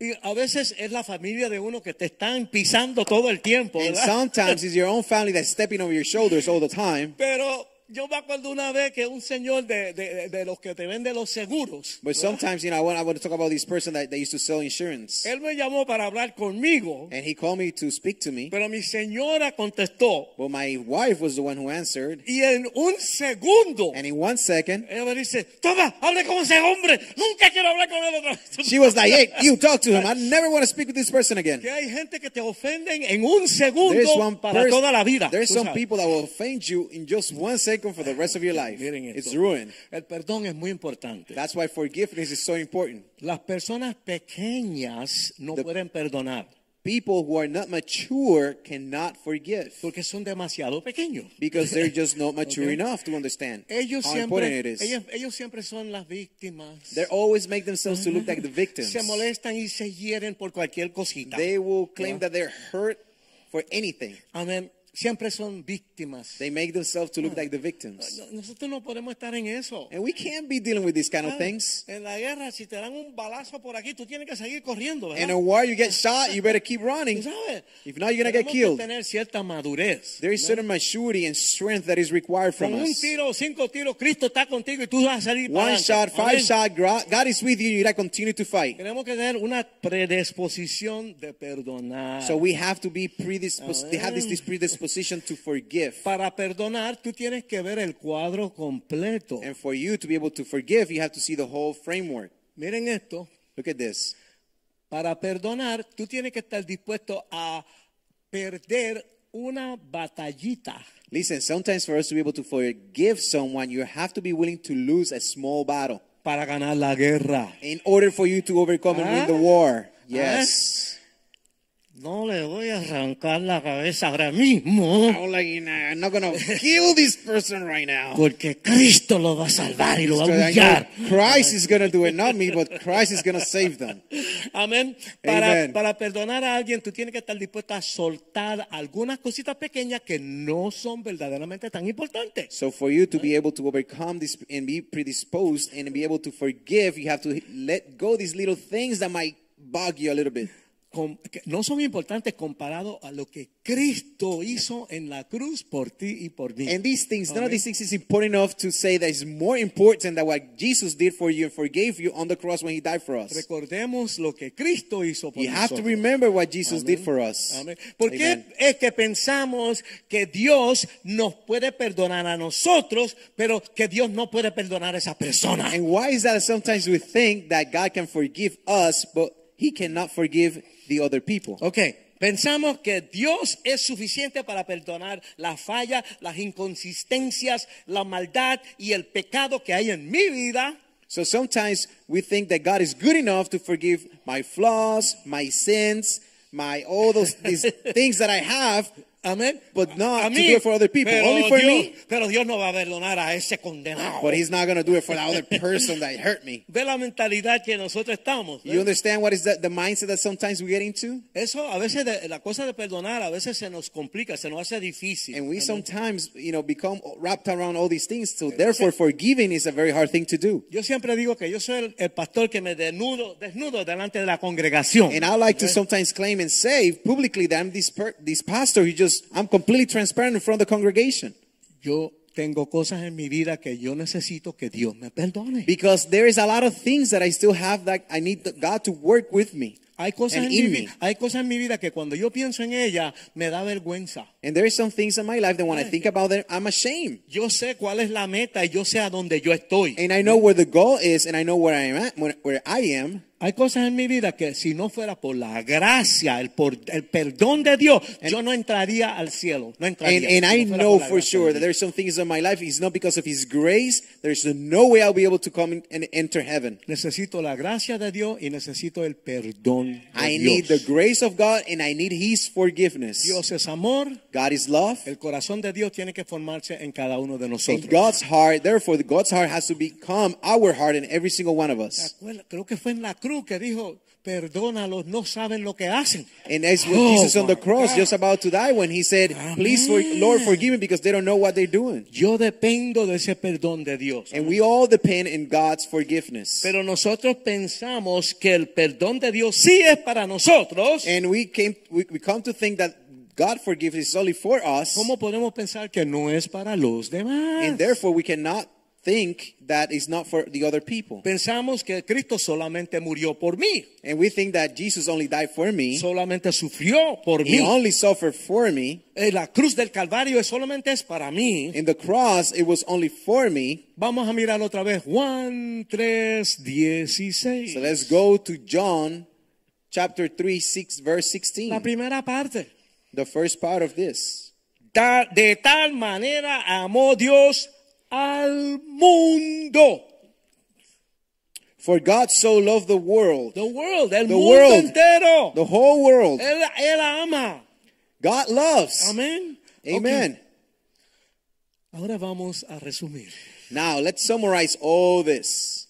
Y a veces es la familia de uno que te están pisando todo el tiempo. And ¿verdad? sometimes it's your own family that's stepping over your shoulders all the time. Pero yo me acuerdo una vez que un señor de, de- de los que te venden los seguros, But sometimes, you know, I want, I want to talk about this person that, that used to sell insurance. él me llamó para hablar conmigo, And he called me to speak to me. pero mi señora contestó. But my wife was the one who answered. Y en un segundo, And in one second, ella me dice, toma, hable con ese hombre, nunca quiero hablar con él otra vez. she was like, hey, you talk to him. I never want to speak with this person again. Que hay gente que te ofenden en un segundo There's one para pers- toda la vida. There's tú some sabes. people that will offend you in just one second for the rest of your life. Miren esto. It's ruined. El perdón es muy importante. That's why forgiveness is so important. Las personas pequeñas no The- pueden perdonar People who are not mature cannot forgive porque son demasiado pequeños. because they're just not mature enough to understand Ellos how important siempre, it is. ellos, ellos siempre son las víctimas. They always make themselves to look like the victims. Se molestan y se hieren por cualquier cosita. They will claim that they're hurt for anything. Amén. Siempre son víctimas. They make themselves to look like the victims. Ah. No- Nosotros no podemos estar en eso. And we can't be dealing with these kind Ah. of things. En la guerra, si te dan un balazo por aquí, tú tienes que seguir corriendo, ¿verdad? And a war, you get shot, you better keep running. Tú sabes. If not, you're gonna Tenemos get que killed. tener cierta madurez. There is certain maturity and strength that is required Con from un us. tiro o cinco tiros, Cristo está contigo y tú vas a salir para One adelante. shot, five Amén. shot, gra- God is with you. You gotta continue to fight. Tenemos que tener una predisposición de perdonar. So we have to be predisposed. They have this, this Amén. predisposition to forgive. Para perdonar, tú tienes que ver el cuadro completo. And for you to be able to forgive, you have to see the whole framework. Miren esto. Look at this. Para perdonar, tú tienes que estar dispuesto a perder una batallita. Listen, sometimes for us to be able to forgive someone, you have to be willing to lose a small battle para ganar la guerra. in order for you to overcome and win the Ah. war. Yes. No le voy a arrancar la cabeza ahora mismo, I'm like, you know, uh, I'm not gonna kill this person right now. porque Cristo lo va a salvar y lo va So a I know humillar. Christ is gonna do it, not me, but Christ is gonna save them. Amén. Para, Amen. para perdonar a alguien, tú tienes que estar dispuesto a soltar algunas cositas pequeñas que no son verdaderamente tan importantes. So for you to be able to overcome this and be predisposed and be able to forgive, you have to let go these little things that might bug you a little bit. Com- que no son importantes comparado a lo que Cristo hizo en la cruz por ti y por mí. And these things, none of these things is important enough to say that it's more important than what Jesus did for you and forgave you on the cross when he died for us. Recordemos lo que Cristo hizo por You have to nosotros. remember what Jesus did for us. Amén. ¿Por qué Amen. es que pensamos que Dios nos puede perdonar a nosotros, pero que Dios no puede perdonar a esa persona? And why is that sometimes we think that God can forgive us, but he cannot forgive the other people? Ok, pensamos que Dios es suficiente para perdonar las fallas, las inconsistencias, la maldad y el pecado que hay en mi vida. So sometimes we think that God is good enough to forgive my flaws, my sins, my all those these things that I have, Amén. But not a to mí, do it for other people, Pero only for Dios, me. Pero Dios no va a perdonar a ese condenado. But he's not going to do it for the other person that hurt me. Ve la mentalidad que nosotros estamos. ¿eh? You understand what is that the mindset that sometimes we get into? Eso a veces de- la cosa de perdonar a veces se nos complica, se nos hace difícil. And we Amén. sometimes, you know, become wrapped around all these things. So therefore, forgiving is a very hard thing to do. Yo siempre digo que yo soy el, el pastor que me desnudo, desnudo delante de la congregación. And I like to sometimes claim and say publicly that I'm this per- this pastor who just I'm completely transparent in front of the congregation Yo tengo cosas en mi vida que yo necesito que Dios me perdone. because there is a lot of things that I still have that I need God to work with me. Hay cosas, en and mi, in vi- me. hay cosas en mi vida que cuando yo pienso en ella me da vergüenza. And there is some things in my life that when I think about them, I'm ashamed. Yo sé cuál es la meta y yo sé a dónde yo estoy. And I know where the goal is, and I know where I am at, where- where I am. Hay cosas en mi vida que si no fuera por la gracia, el, por, el perdón de Dios, yo no entraría al cielo. No entraría, And, and si I no fuera know por la for gracia sure de that Dios. there's some things in my life. It's not because of His grace. There's no way I'll be able to come in and enter heaven. Necesito la gracia de Dios y necesito el perdón de I Oh, Dios. need the grace of God, and I need His forgiveness. Dios es amor. God is love. El corazón de Dios tiene que formarse en cada uno de And nosotros. God's heart, therefore, the God's heart has to become our heart in every single one of ¿Se us. acuerda? Creo que fue en la cruz que dijo, perdónalos, no saben lo que hacen. And as with Oh, Jesus on the my cross, God. just about to die, when he said, "Please, for, Lord, forgive me, because they don't know what they're doing." Yo dependo de ese perdón de Dios. And we all depend in God's forgiveness. Pero nosotros pensamos que el perdón de Dios sí es para nosotros. And we came, we, we come to think that God forgiveness is only for us, ¿Cómo podemos pensar que no es para los demás? and therefore we cannot think that it's not for the other people. Pensamos que Cristo solamente murió por mí, And we think that Jesus only died for me; solamente sufrió por mí. he only suffered for me. Eh, La cruz del Calvario es- solamente es para mí. In the cross, it was only for me. Vamos a mirar otra vez Juan 3, So 16. let's go to John chapter 3, 6, verse La 16. primera parte. The first part of this. Ta- de tal manera amó Dios al mundo. For God so loved the world, The world, el The mundo world. entero. the whole world. Él, él ama. God loves. Amén. Amen. Ok. Ahora vamos a resumir. Now let's summarize all this.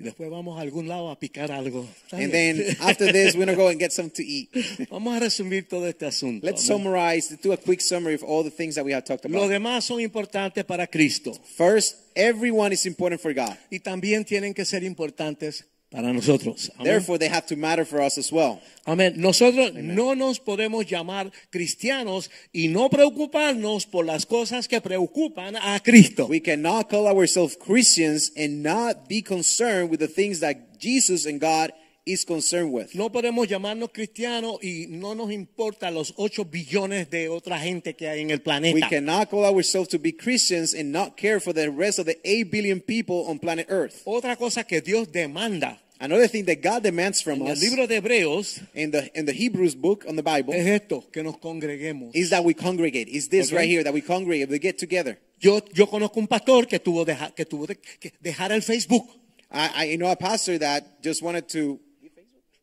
Y después vamos a algún lado a picar algo. Está And bien. then after this, we're going to go and get something to eat. vamos a resumir todo este asunto. Let's amén. summarize, do a quick summary of all the things that we have talked Los about. demás son importantes para Cristo First, everyone is important for God. y también tienen que ser importantes para nosotros. Amén. Therefore, they have to matter for us as well. Amén. Nosotros no nos podemos llamar cristianos y no preocuparnos por las cosas que preocupan a Cristo. We cannot call ourselves Christians and not be concerned with the things that Jesus and God is concerned with. No podemos llamarnos cristianos y no nos importa los 8 billones de otra gente que hay en el We planeta. cannot call ourselves to be Christians and not care for the rest of the 8 billion people on planet Earth. Otra cosa que Dios demanda Another thing that God demands from en el us libro de Hebreos in the in the Hebrews book on the Bible es esto, que nos congreguemos. is that we congregate. Is this Uh-huh. Okay. right here that we congregate, we get together. Yo, yo conozco un pastor que tuvo, deja- que tuvo de- que dejar el Facebook. I, I know a pastor that just wanted to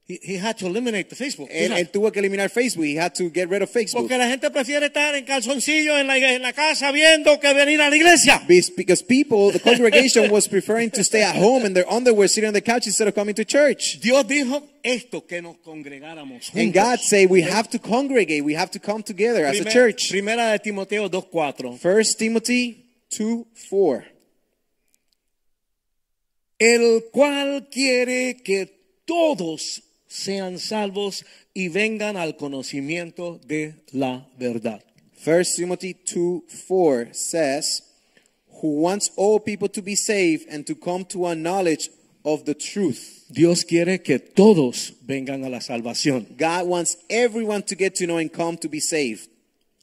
He, he had to eliminate the Facebook. él, él tuvo que eliminar Facebook. He had to get rid of Facebook. Porque la gente prefiere estar en calzoncillo en la, en la casa viendo que venir a la iglesia. Be- Because people, the congregation was preferring to stay at home in their underwear, sitting on the couch instead of coming to church. Dios dijo esto, que nos congregáramos juntos. And God say we have to congregate. We have to come together as a Primer- church. Primera de Timoteo 2.4. First Timothy 2 4. El cual quiere que todos sean salvos y vengan al conocimiento de la verdad. First Timothy 2 4 says, Who wants all people to be saved and to come to a knowledge of the truth. Dios quiere que todos vengan a la salvación. God wants everyone to get to know and come to be saved.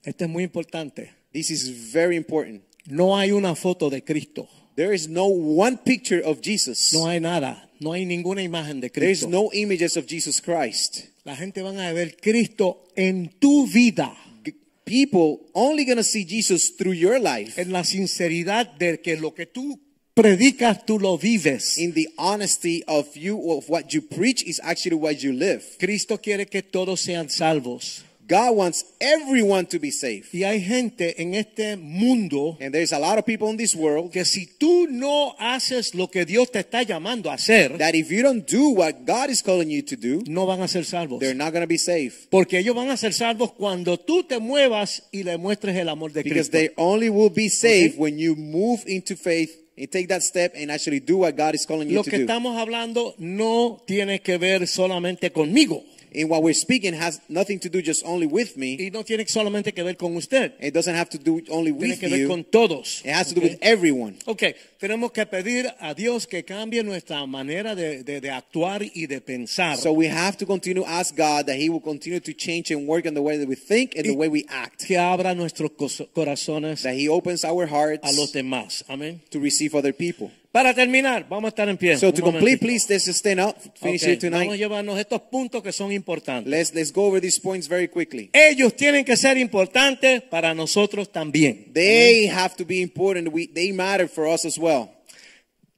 Esto es muy importante. This is very important. No hay una foto de Cristo. There is no one picture of Jesus. No hay nada. No hay ninguna imagen de There is Cristo. no images of Jesus Christ. La gente van a ver Cristo en tu vida, G- People only gonna see Jesus through your life. en la sinceridad de que lo que tú predicas tú lo vives. In the honesty of you of what you preach is actually what you live. Cristo quiere que todos sean salvos. God wants everyone to be saved. Y hay gente en este mundo And there's a lot of people in this world que si tú no haces lo que Dios te está llamando a hacer, that if you don't do what God is calling you to do, no van a ser salvos. they're not going to be saved. Porque ellos van a ser salvos cuando tú te muevas y le muestres el amor de Because Cristo. they only will be saved when you move into faith and take that step and actually do what God is calling you Lo to que do. estamos hablando no tiene que ver solamente conmigo And what we're speaking has nothing to do just only with me. y no tiene solamente que ver con usted, It doesn't have to do tiene only with que ver con you. todos. It has to do Ok. with everyone. Ok, tenemos que pedir a Dios que cambie nuestra manera de, de- de actuar y de pensar. So we have to continue ask God that He will continue to change and work in the way that we think and the Y- way we act. que abra nuestros cos- corazones That He opens our a los hearts demás. Amén. to receive other people. Para terminar, vamos a estar en pie. So Un to complete, momentito. please let's just stand up, finish Ok, here Vamos a tonight. llevarnos estos puntos que son importantes. Let's let's go over these points very quickly. Ellos tienen que ser importantes para nosotros también. They have to be important. We, they matter for us as well.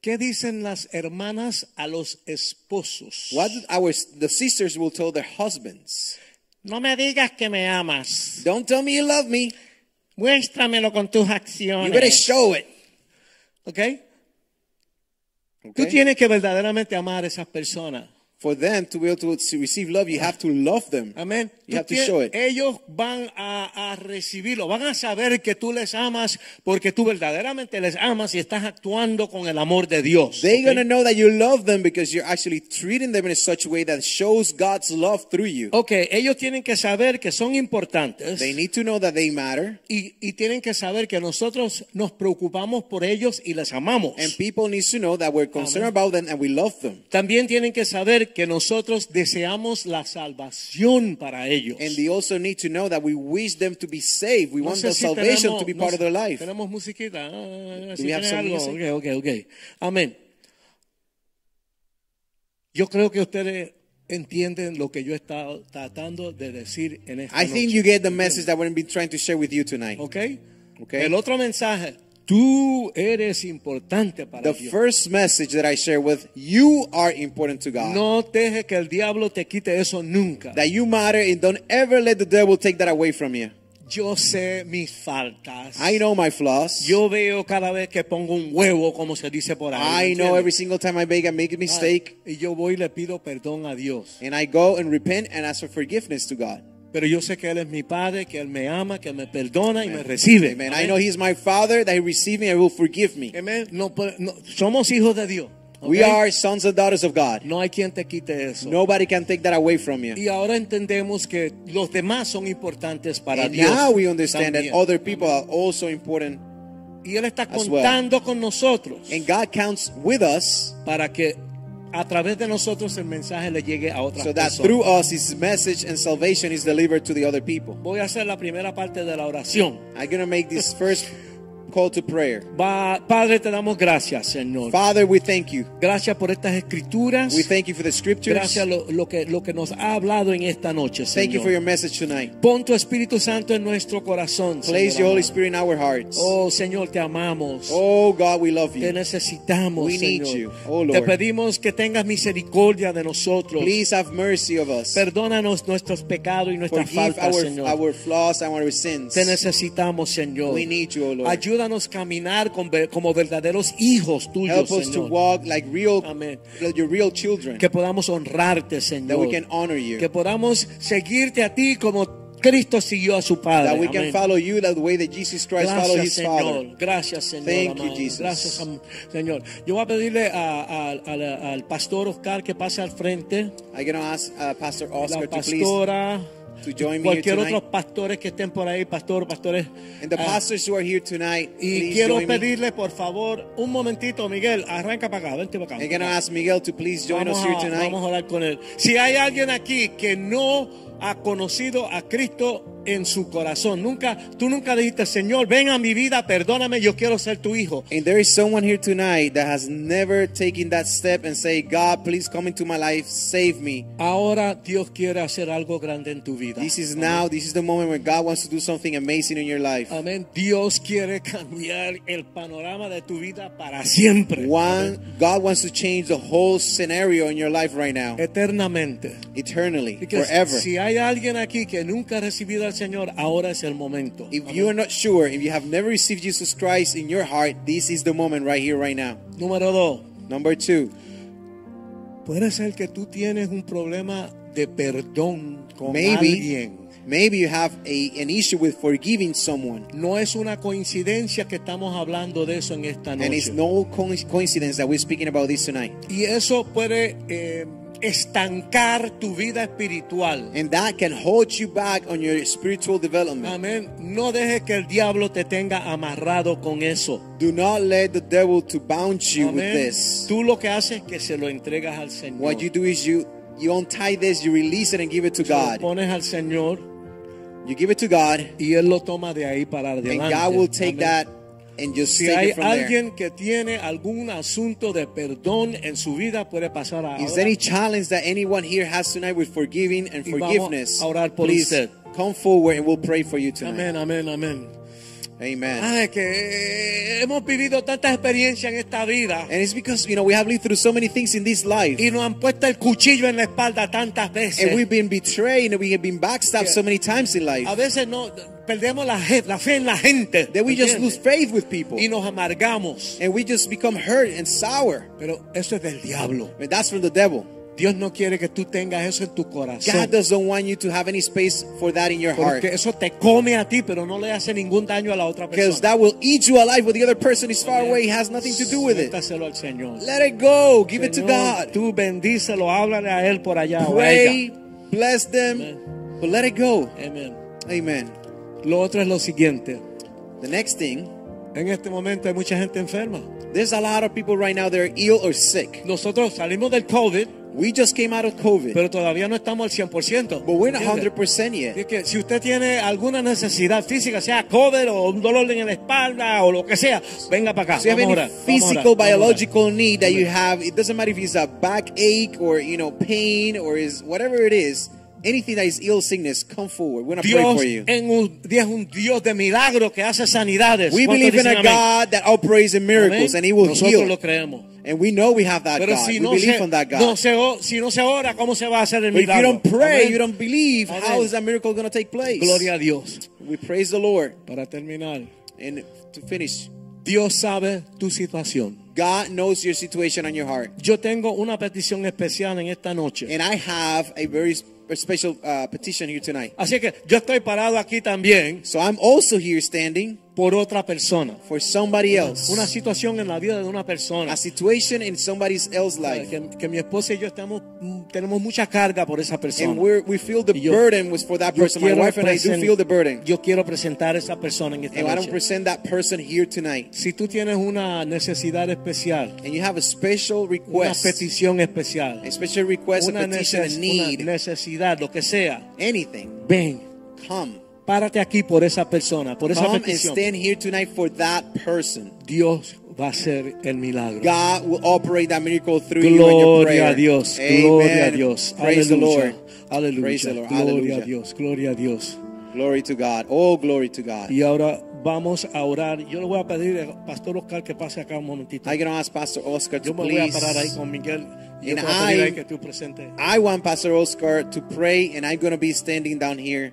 ¿Qué dicen las hermanas a los esposos? What did our the sisters will tell their husbands? No me digas que me amas. Don't tell me you love me. Muéstramelo con tus You better acciones. show it. ¿Ok? Tú Okay? tienes que verdaderamente amar a esas personas. For them to be able to receive love, you have to love them. Amén. You Tú have to tie- show it. Ellos van a, a recibirlo, van a saber que tú les amas porque tú verdaderamente les amas y estás actuando con el amor de Dios. They're ¿ok? gonna know that you love them because you're actually treating them in such a way that shows God's love through you. Ok, ellos tienen que saber que son importantes They need to know that they matter, y, y tienen que saber que nosotros nos preocupamos por ellos y les amamos. and people need to know that we're concerned about them and we love them. También tienen que saber que nosotros deseamos la salvación para ellos. And they also need to know that we wish them to be saved. We No want sé their si salvation tenemos- to be no part sé- of their life. Tenemos musiquita. Ah, Do si we have tiene some algo. music? Ok, ok, ok. Amén. Yo creo que ustedes entienden lo que yo he estado tratando de decir en esta I think noche. you get the message that we've been trying to share with you tonight. Ok. Okay. El otro mensaje. Tú eres importante para The Dios. first message that I share with you are important to God. No dejes que el diablo te quite eso nunca. That you matter and don't ever let the devil take that away from you. Yo sé mis faltas. I know my flaws. Yo veo cada vez que pongo un huevo, como se dice por ahí. I ¿entiendes? know every single time I make I make a mistake Y yo voy y le pido perdón a Dios. and I go and repent and ask for forgiveness to God. Pero yo sé que Él es mi Padre, que Él me ama, que me perdona y me recibe. Amen. I Amén. know he's my father that he received me and will forgive me. Amén. No, puede- no, somos hijos de Dios. ¿ok? We are sons and daughters of God. No hay quien te quite eso. Nobody can take that away from you. Y ahora entendemos que los demás son importantes para And Dios. now we understand that también. other people are also important. y Él está well. contando con nosotros And God counts with us para que a través de nosotros el mensaje le llegue a otras so that personas. through us his message and salvation is delivered to the other people. Voy a hacer la primera parte de la oración. I'm going to make this first call to prayer. Va- Padre, te damos gracias, Señor. Father, we thank you. Gracias por estas escrituras. We thank you for the scriptures. Gracias lo, lo que lo que nos ha hablado en esta noche, Thank you Señor. for your message tonight. Pon tu Espíritu Santo en nuestro corazón, Place Señor your Holy amado. Spirit in our hearts. Oh, Señor, te amamos. Oh God, we love te you. necesitamos, We need Señor. you. Oh, Lord. Te pedimos que tengas misericordia de nosotros. Please have mercy of us. Perdónanos nuestros pecados y nuestras Forgive faltas, our, Señor. our flaws and our sins. te necesitamos, Señor. We need you, oh, Lord. Ayúdanos a caminar con ver- como verdaderos hijos tuyos, Help us to Señor. walk like real, Amén. like your real children. que podamos honrarte, Señor. That we can honor you. Que podamos seguirte a ti como Cristo siguió a su Padre. That we Amén. can follow you the way that Jesus Christ followed Gracias, his Father. Señor. Gracias, Señor. Thank you, amado. Jesus. Gracias, am- Señor. Yo voy a pedirle a- a- al- al pastor Oscar que pase al frente. I'm going to ask uh, Pastor la Oscar to please pastora. to join me here Cualquier tonight. otro pastores que estén por ahí, pastor, pastores. And the Ah, pastors who are here tonight, y please quiero join me. pedirle, por favor, un momentito, Miguel, arranca para acá, vente para acá. I'm going to ask Miguel to please join vamos, us here a, tonight. vamos a orar con él. Si hay alguien aquí que no ha conocido a Cristo en su corazón. Nunca, tú nunca dijiste, Señor, ven a mi vida, perdóname, yo quiero ser tu hijo. And there is someone here tonight that has never taken that step and say, God, please come into my life, save me. Ahora Dios quiere hacer algo grande en tu vida. This is now, this is the moment where God wants to do something amazing in your life. Amén. Dios quiere cambiar el panorama de tu vida para siempre. One, God wants to change the whole scenario in your life right now, Eternamente. eternally, Because forever. si hay alguien aquí que nunca ha recibido al Señor, ahora es el momento. If you are not sure, if you have never received Jesus Christ in your heart, this is the moment right here, right now. Número dos. Number two, Puede ser que tú tienes un problema de perdón con maybe, alguien. maybe you have a, an issue with forgiving someone. No es una coincidencia que estamos hablando de eso en esta And noche. it's no co- coincidence that we're speaking about this tonight. y eso puede eh, estancar tu vida espiritual. And that can hold you back on your spiritual development. Amén. No dejes que el diablo te tenga amarrado con eso. Do not let the devil to bound you with Amén. this. Tú lo que haces es que se lo entregas al Señor. What you do is you you untie this, you release it and give it to Se lo God. pones al Señor You give it to God, y él lo toma de ahí para and adelante. God will take Amén. that and just Si take hay it from there. alguien que tiene algún asunto de perdón en su vida, puede pasar a Is there any challenge that anyone here has tonight with forgiving and Y vamos forgiveness? a orar por Please usted. come forward and we'll pray for you tonight. Amén, amén, amén. Amen. Ay, que hemos vivido tantas experiencias en esta vida And it's because you know we have lived through so many things in this life, y nos han puesto el cuchillo en la espalda tantas veces. and we've been betrayed and we have been backstabbed Yeah. so many times in A life veces no perdemos la, je- la fe en la gente that we just lose ¿entiendes? faith with people, y nos amargamos. and we just become hurt and sour. Pero eso es del diablo. And that's from the devil. Dios no quiere que tú tengas eso en tu corazón. God doesn't want you to have any space for that in your heart, Porque eso te come a ti, pero no le hace ningún daño a la otra because persona. that will eat you alive. When the other person is far away, he has nothing to do with it. Suéltaselo al Señor. Let it go. Give it to Señor, God. Tú bendícelo, háblale a él por allá. o a pray, ella. bless them, Amen. but let it go. Amén. Amen. Lo otro es lo siguiente. The next thing, En este momento hay mucha gente enferma. there's a lot of people right now that are ill or sick. Nosotros salimos del COVID, We just came out of COVID, pero todavía no estamos al 100%. but we're not ¿Entiende? 100% yet. Es que si usted tiene alguna necesidad física, sea COVID o un dolor en la espalda o lo que sea, venga para acá. So you have Vamos a orar, any vamos a orar, physical, vamos a orar. biological need that you Amen. have, it doesn't matter if it's a backache or, you know, pain or is whatever it is, anything that is ill sickness, come forward. We're going to pray Dios, for you. en un, Dios es un Dios de milagros que hace sanidades. We ¿Cuántos believe in dicen a amén? God that operates in miracles Amén. and he will Nosotros heal. lo creemos. And we know we have that Pero God. si We no, se, believe on that God. no se o- si no se ora, ¿cómo se va a hacer el But if you milagro? don't pray, Amén. you don't believe, how Amén. is that miracle going to take place? Gloria a Dios. We praise the Lord. Para terminar, And to finish, Dios sabe tu situación. God knows your situation and your heart. Yo tengo una petición especial en esta noche. And I have a very sp- special uh, petition here tonight. Así que yo estoy parado aquí también So I'm also here standing por otra persona. for somebody else. Una situación en la vida de una persona. A situation in somebody else's life. Que, que mi esposa y yo estamos, tenemos mucha carga por esa persona. And we're, we feel the Y yo- burden was for that Yo person. My quiero wife and I do presen- feel the burden. Yo quiero presentar a esa persona en esta And I don't noche. present that person here tonight. Si tú tienes una necesidad especial, And you have a special una request, petición especial, a special request, a una, petition, a neces- una need, necesidad, lo que sea, anything. ven, Come. párate aquí por esa persona, por esa Come and petición. stand here tonight for that person. Dios va a hacer el milagro. God will operate that miracle through you in your prayer. Gloria a Dios, Amen. gloria a Dios. Praise the Aleluya. Lord. Aleluya. Praise the Lord. Gloria a Aleluya. Dios, gloria a Dios. Glory to God. All glory to God. Y ahora vamos a orar. Yo le voy a pedir al pastor Oscar que pase acá un momentito. I'm going to ask Pastor Oscar to Yo me voy a please. parar ahí con Miguel. Y yo And te voy a pedir I- ahí que tú presentes. I want Pastor Oscar to pray, and I'm going to be standing down here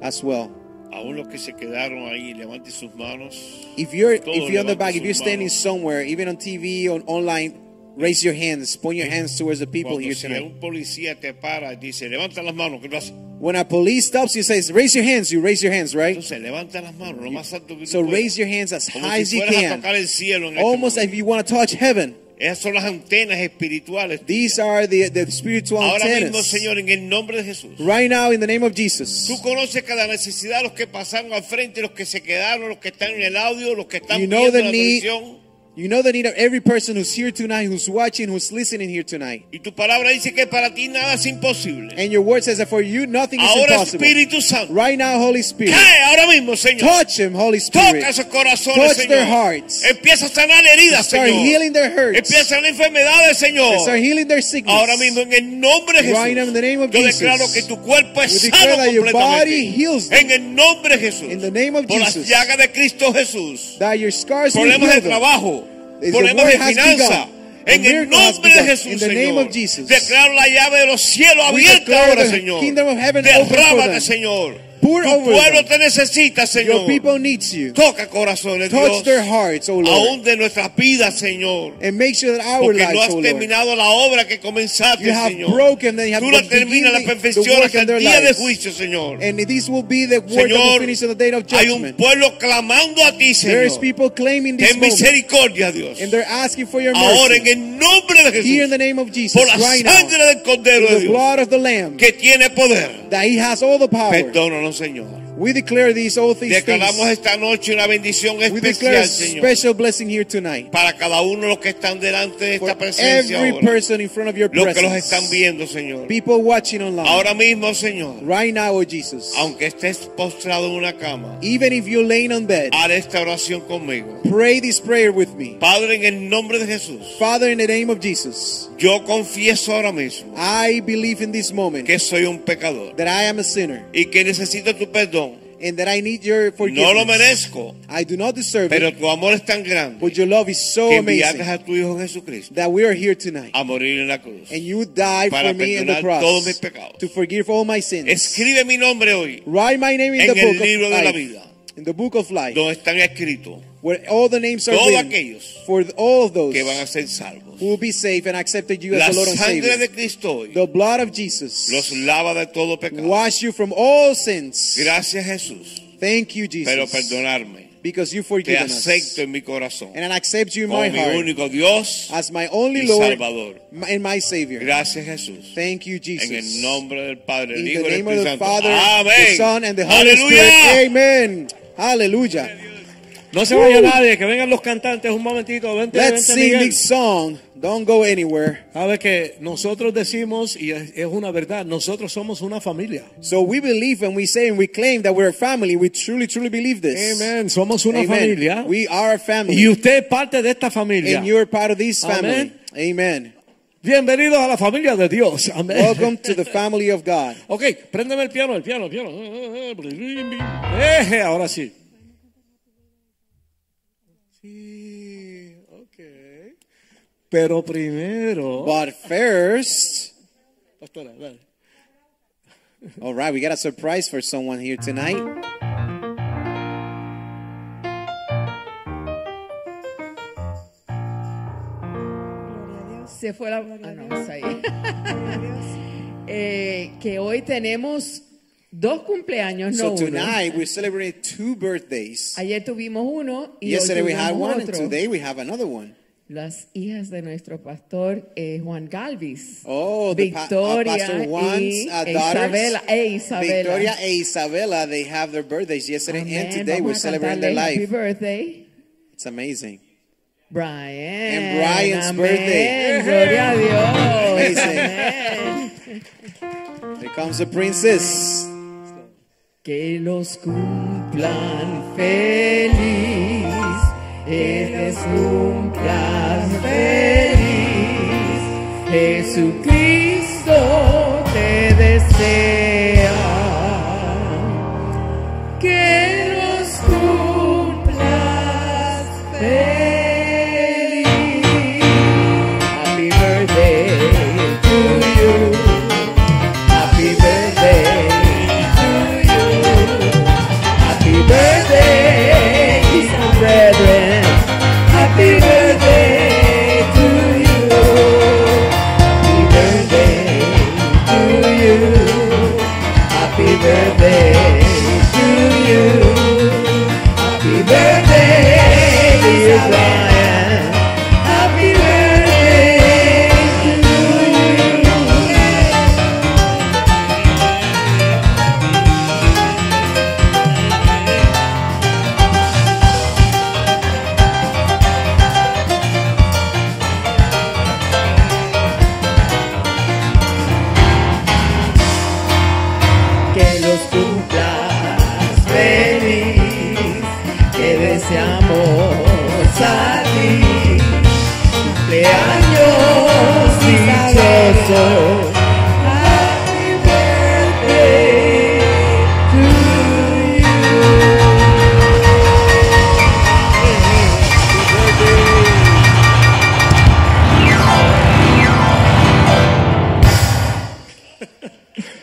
as well. Aún los que se quedaron ahí, levante sus manos. If you're Todos if you're on the levanten back, if sus you're standing manos. somewhere, even on TV, on online, raise your hands. Point your hands towards the people Cuando here se tonight. un policía te para y dice, levanta las manos, que lo hace. When a police stops you, says, "Raise your hands." You raise your hands, right? Entonces levanta las manos, lo más alto que So tú puedas. raise your hands as Como high as si you fueras a tocar can, el cielo en este almost as momento. if you want to touch heaven. Esas son las antenas espirituales. These are the, the spiritual Ahora mismo, antennas. Señor, en el nombre de Jesús. Right now, in the name of Jesus, Tú conoces cada necesidad, los que pasaron al frente, los que se quedaron, los que están en el audio, los que están you viendo know la the need televisión. You know the need of every person who's here tonight, who's watching, who's listening here tonight. Y tu palabra dice que para ti nada es imposible. And your word says that for you nothing is Ahora impossible. Espíritu Santo, Right now, Holy Spirit, cae ahora mismo, Señor. touch him, Holy Spirit. Toca esos corazones, Touch their Señor. hearts. Empieza a sanar heridas, Start Señor. healing their hurts. Empieza a sanar enfermedades, Start Señor. healing their sickness. Ahora mismo, en el nombre de Right now, in the name Jesús, of yo Jesus, declaro que tu cuerpo es we sano declare that your body heals completamente. them. En el nombre de Jesús. In the name of Por las Jesus. llagas de Cristo Jesús. That your scars will problemas heal de them. trabajo, The problemas work de has finanza. begun. The En el miracle has nombre de begun. Jesús, In the name Señor. of Jesus. Declaro la llave de los cielos We abierta declare ahora, the Señor. kingdom of heaven open for Derrámate, them. Señor. Pour tu over pueblo them. te necesita, Señor. Your people needs you. Toca corazones, Touch Dios. their hearts, O Lord. Aún de nuestras vidas, Señor. And make sure that our Porque no lives, has O Lord, terminado la obra que comenzaste, you have Señor. broken, then you have Tú la begun terminas la the- perfección the work hasta in el their día de lives. juicio, Señor. And this will be the word that will Señor, finish on the day of hay un judgment. pueblo clamando a ti, Señor. There's people claiming this Ten moment, misericordia, Dios. and they're asking for your Ahora en mercy. el nombre de Here in the Jesús, name of Jesus, por la right now, sangre del Cordero de through the Dios, blood of the Lamb, que tiene poder, that He has all the power. perdónanos, Señor. We declare these all these Declaramos things. esta noche una bendición We declare a especial, Señor, special blessing here tonight para cada uno de los que están delante de for esta presencia every ahora, person in front of your los que los están presence. viendo, Señor. People watching online, Ahora mismo, Señor, right now, O Jesus. aunque estés postrado en una cama, Even if you're laying on bed, haz esta oración conmigo. pray this prayer with me. Padre, en el nombre de Jesús, Father, in the name of Jesus, yo confieso ahora mismo I believe in this moment que soy un pecador that I am a sinner y que necesito tu perdón. and that I need your No lo forgiveness. merezco, I do not deserve pero it, tu amor es tan grande but your love is so que enviaste amazing a tu Hijo Jesucristo that we are here tonight a morir en la cruz. and you died Ah. Para for me on the perdonar todos mis cross pecados. to forgive all my sins. Escribe mi nombre hoy Write my name in en the el book libro of de la life, vida, in the book of life, donde están escritos where all the names are Todos written aquellos for all of those que van a ser salvos. who will be saved and accepted you as La the Lord and sangre Savior. de Cristo hoy The blood of Jesus los lava de todo pecado. wash you from all sins. Gracias Jesús, Thank you, Jesus. pero perdonarme. Because you've Te forgiven us. acepto en mi corazón And I accept you in como my mi heart único Dios as my y only Lord Salvador. and my Savior. Gracias Jesús. Thank you, Jesus. En el nombre del Padre, In el the Hijo y name el of the Espíritu Santo. Father, the Amén. Son, and the Holy Aleluya. Spirit. Amen. Hallelujah. No se vaya nadie, que vengan los cantantes un momentito. Vente, Let's vente, sing Miguel. this song. Don't go anywhere. Sabe que nosotros decimos, y es, es una verdad, nosotros somos una familia. So we believe and we say and we claim that we're a family. We truly, truly believe this. Amén. Somos una Amen. familia. We are a family. y usted es parte de esta familia. and you're part of this family. Amen. Amen. Bienvenidos a la familia de Dios. Amén. Welcome to the family of God. Ok, préndeme el piano, el piano, el piano. Eje, ahora sí. Sí, ok. Pero primero. But first, Pastora, dale. all right, we got a surprise for someone here tonight. Se fue la. Ah, no, está ahí. Eh, que hoy tenemos dos cumpleaños, no So uno. tonight we're celebrating two birthdays. Ayer tuvimos uno y Yesterday hoy we had tuvimos one, and otro. today we have another one. Las hijas de nuestro pastor eh, Juan Galvis. Oh, the pa- uh, Victoria Pastor Juan's y uh, daughters, Isabela. eh, Isabela. Victoria and Isabela, they have their birthdays yesterday Amén. and today. Vamos We're a celebrating their cantarle Happy life. birthday, It's amazing. Brian. And Brian's Amén. birthday. Gloria a Dios. Amazing. Amén. Here comes the princess. Que los cumplan feliz, que los cumplan feliz. Jesucristo te desea. Que los cumplas feliz. Happy birthday to you. Happy birthday to you. Happy birthday, Eastern brethren. Happy birthday to you. Happy birthday los cumplas feliz, que deseamos a ti. Cumpleaños dichoso. Happy birthday to you.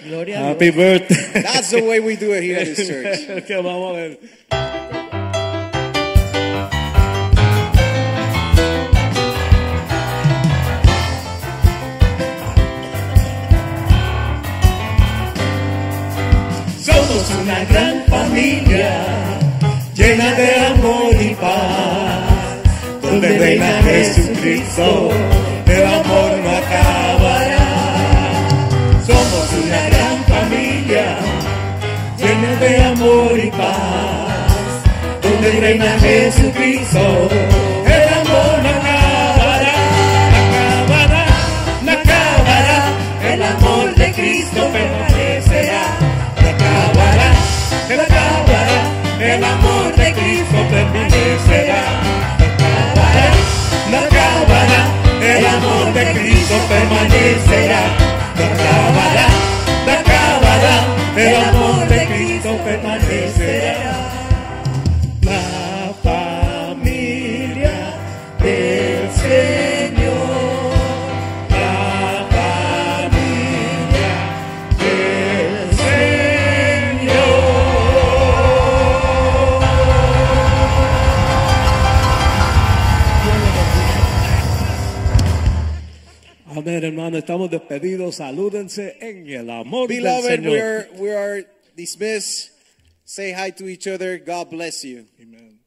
Gloria a Dios. Happy birthday. That's the way we do it here at this church. que vamos a ver. Somos una gran familia, llena de amor y paz, donde reina Jesucristo, el amor no acabará. Somos una gran familia, llena de amor y paz, donde reina Jesucristo, el amor no acabará, no acabará, no acabará, el amor de Cristo permanecerá, no acabará, no acabará, el amor de Cristo permanecerá, no acabará, no acabará, el amor de Cristo permanecerá, no acabará, no acabará, el amor de Cristo permanecerá. La familia del Señor, la familia del Señor. Amén, hermano. Estamos despedidos. Salúdense en el amor del Beloved, Señor. we are, we are dismissed. Say hi to each other. God bless you. Amen.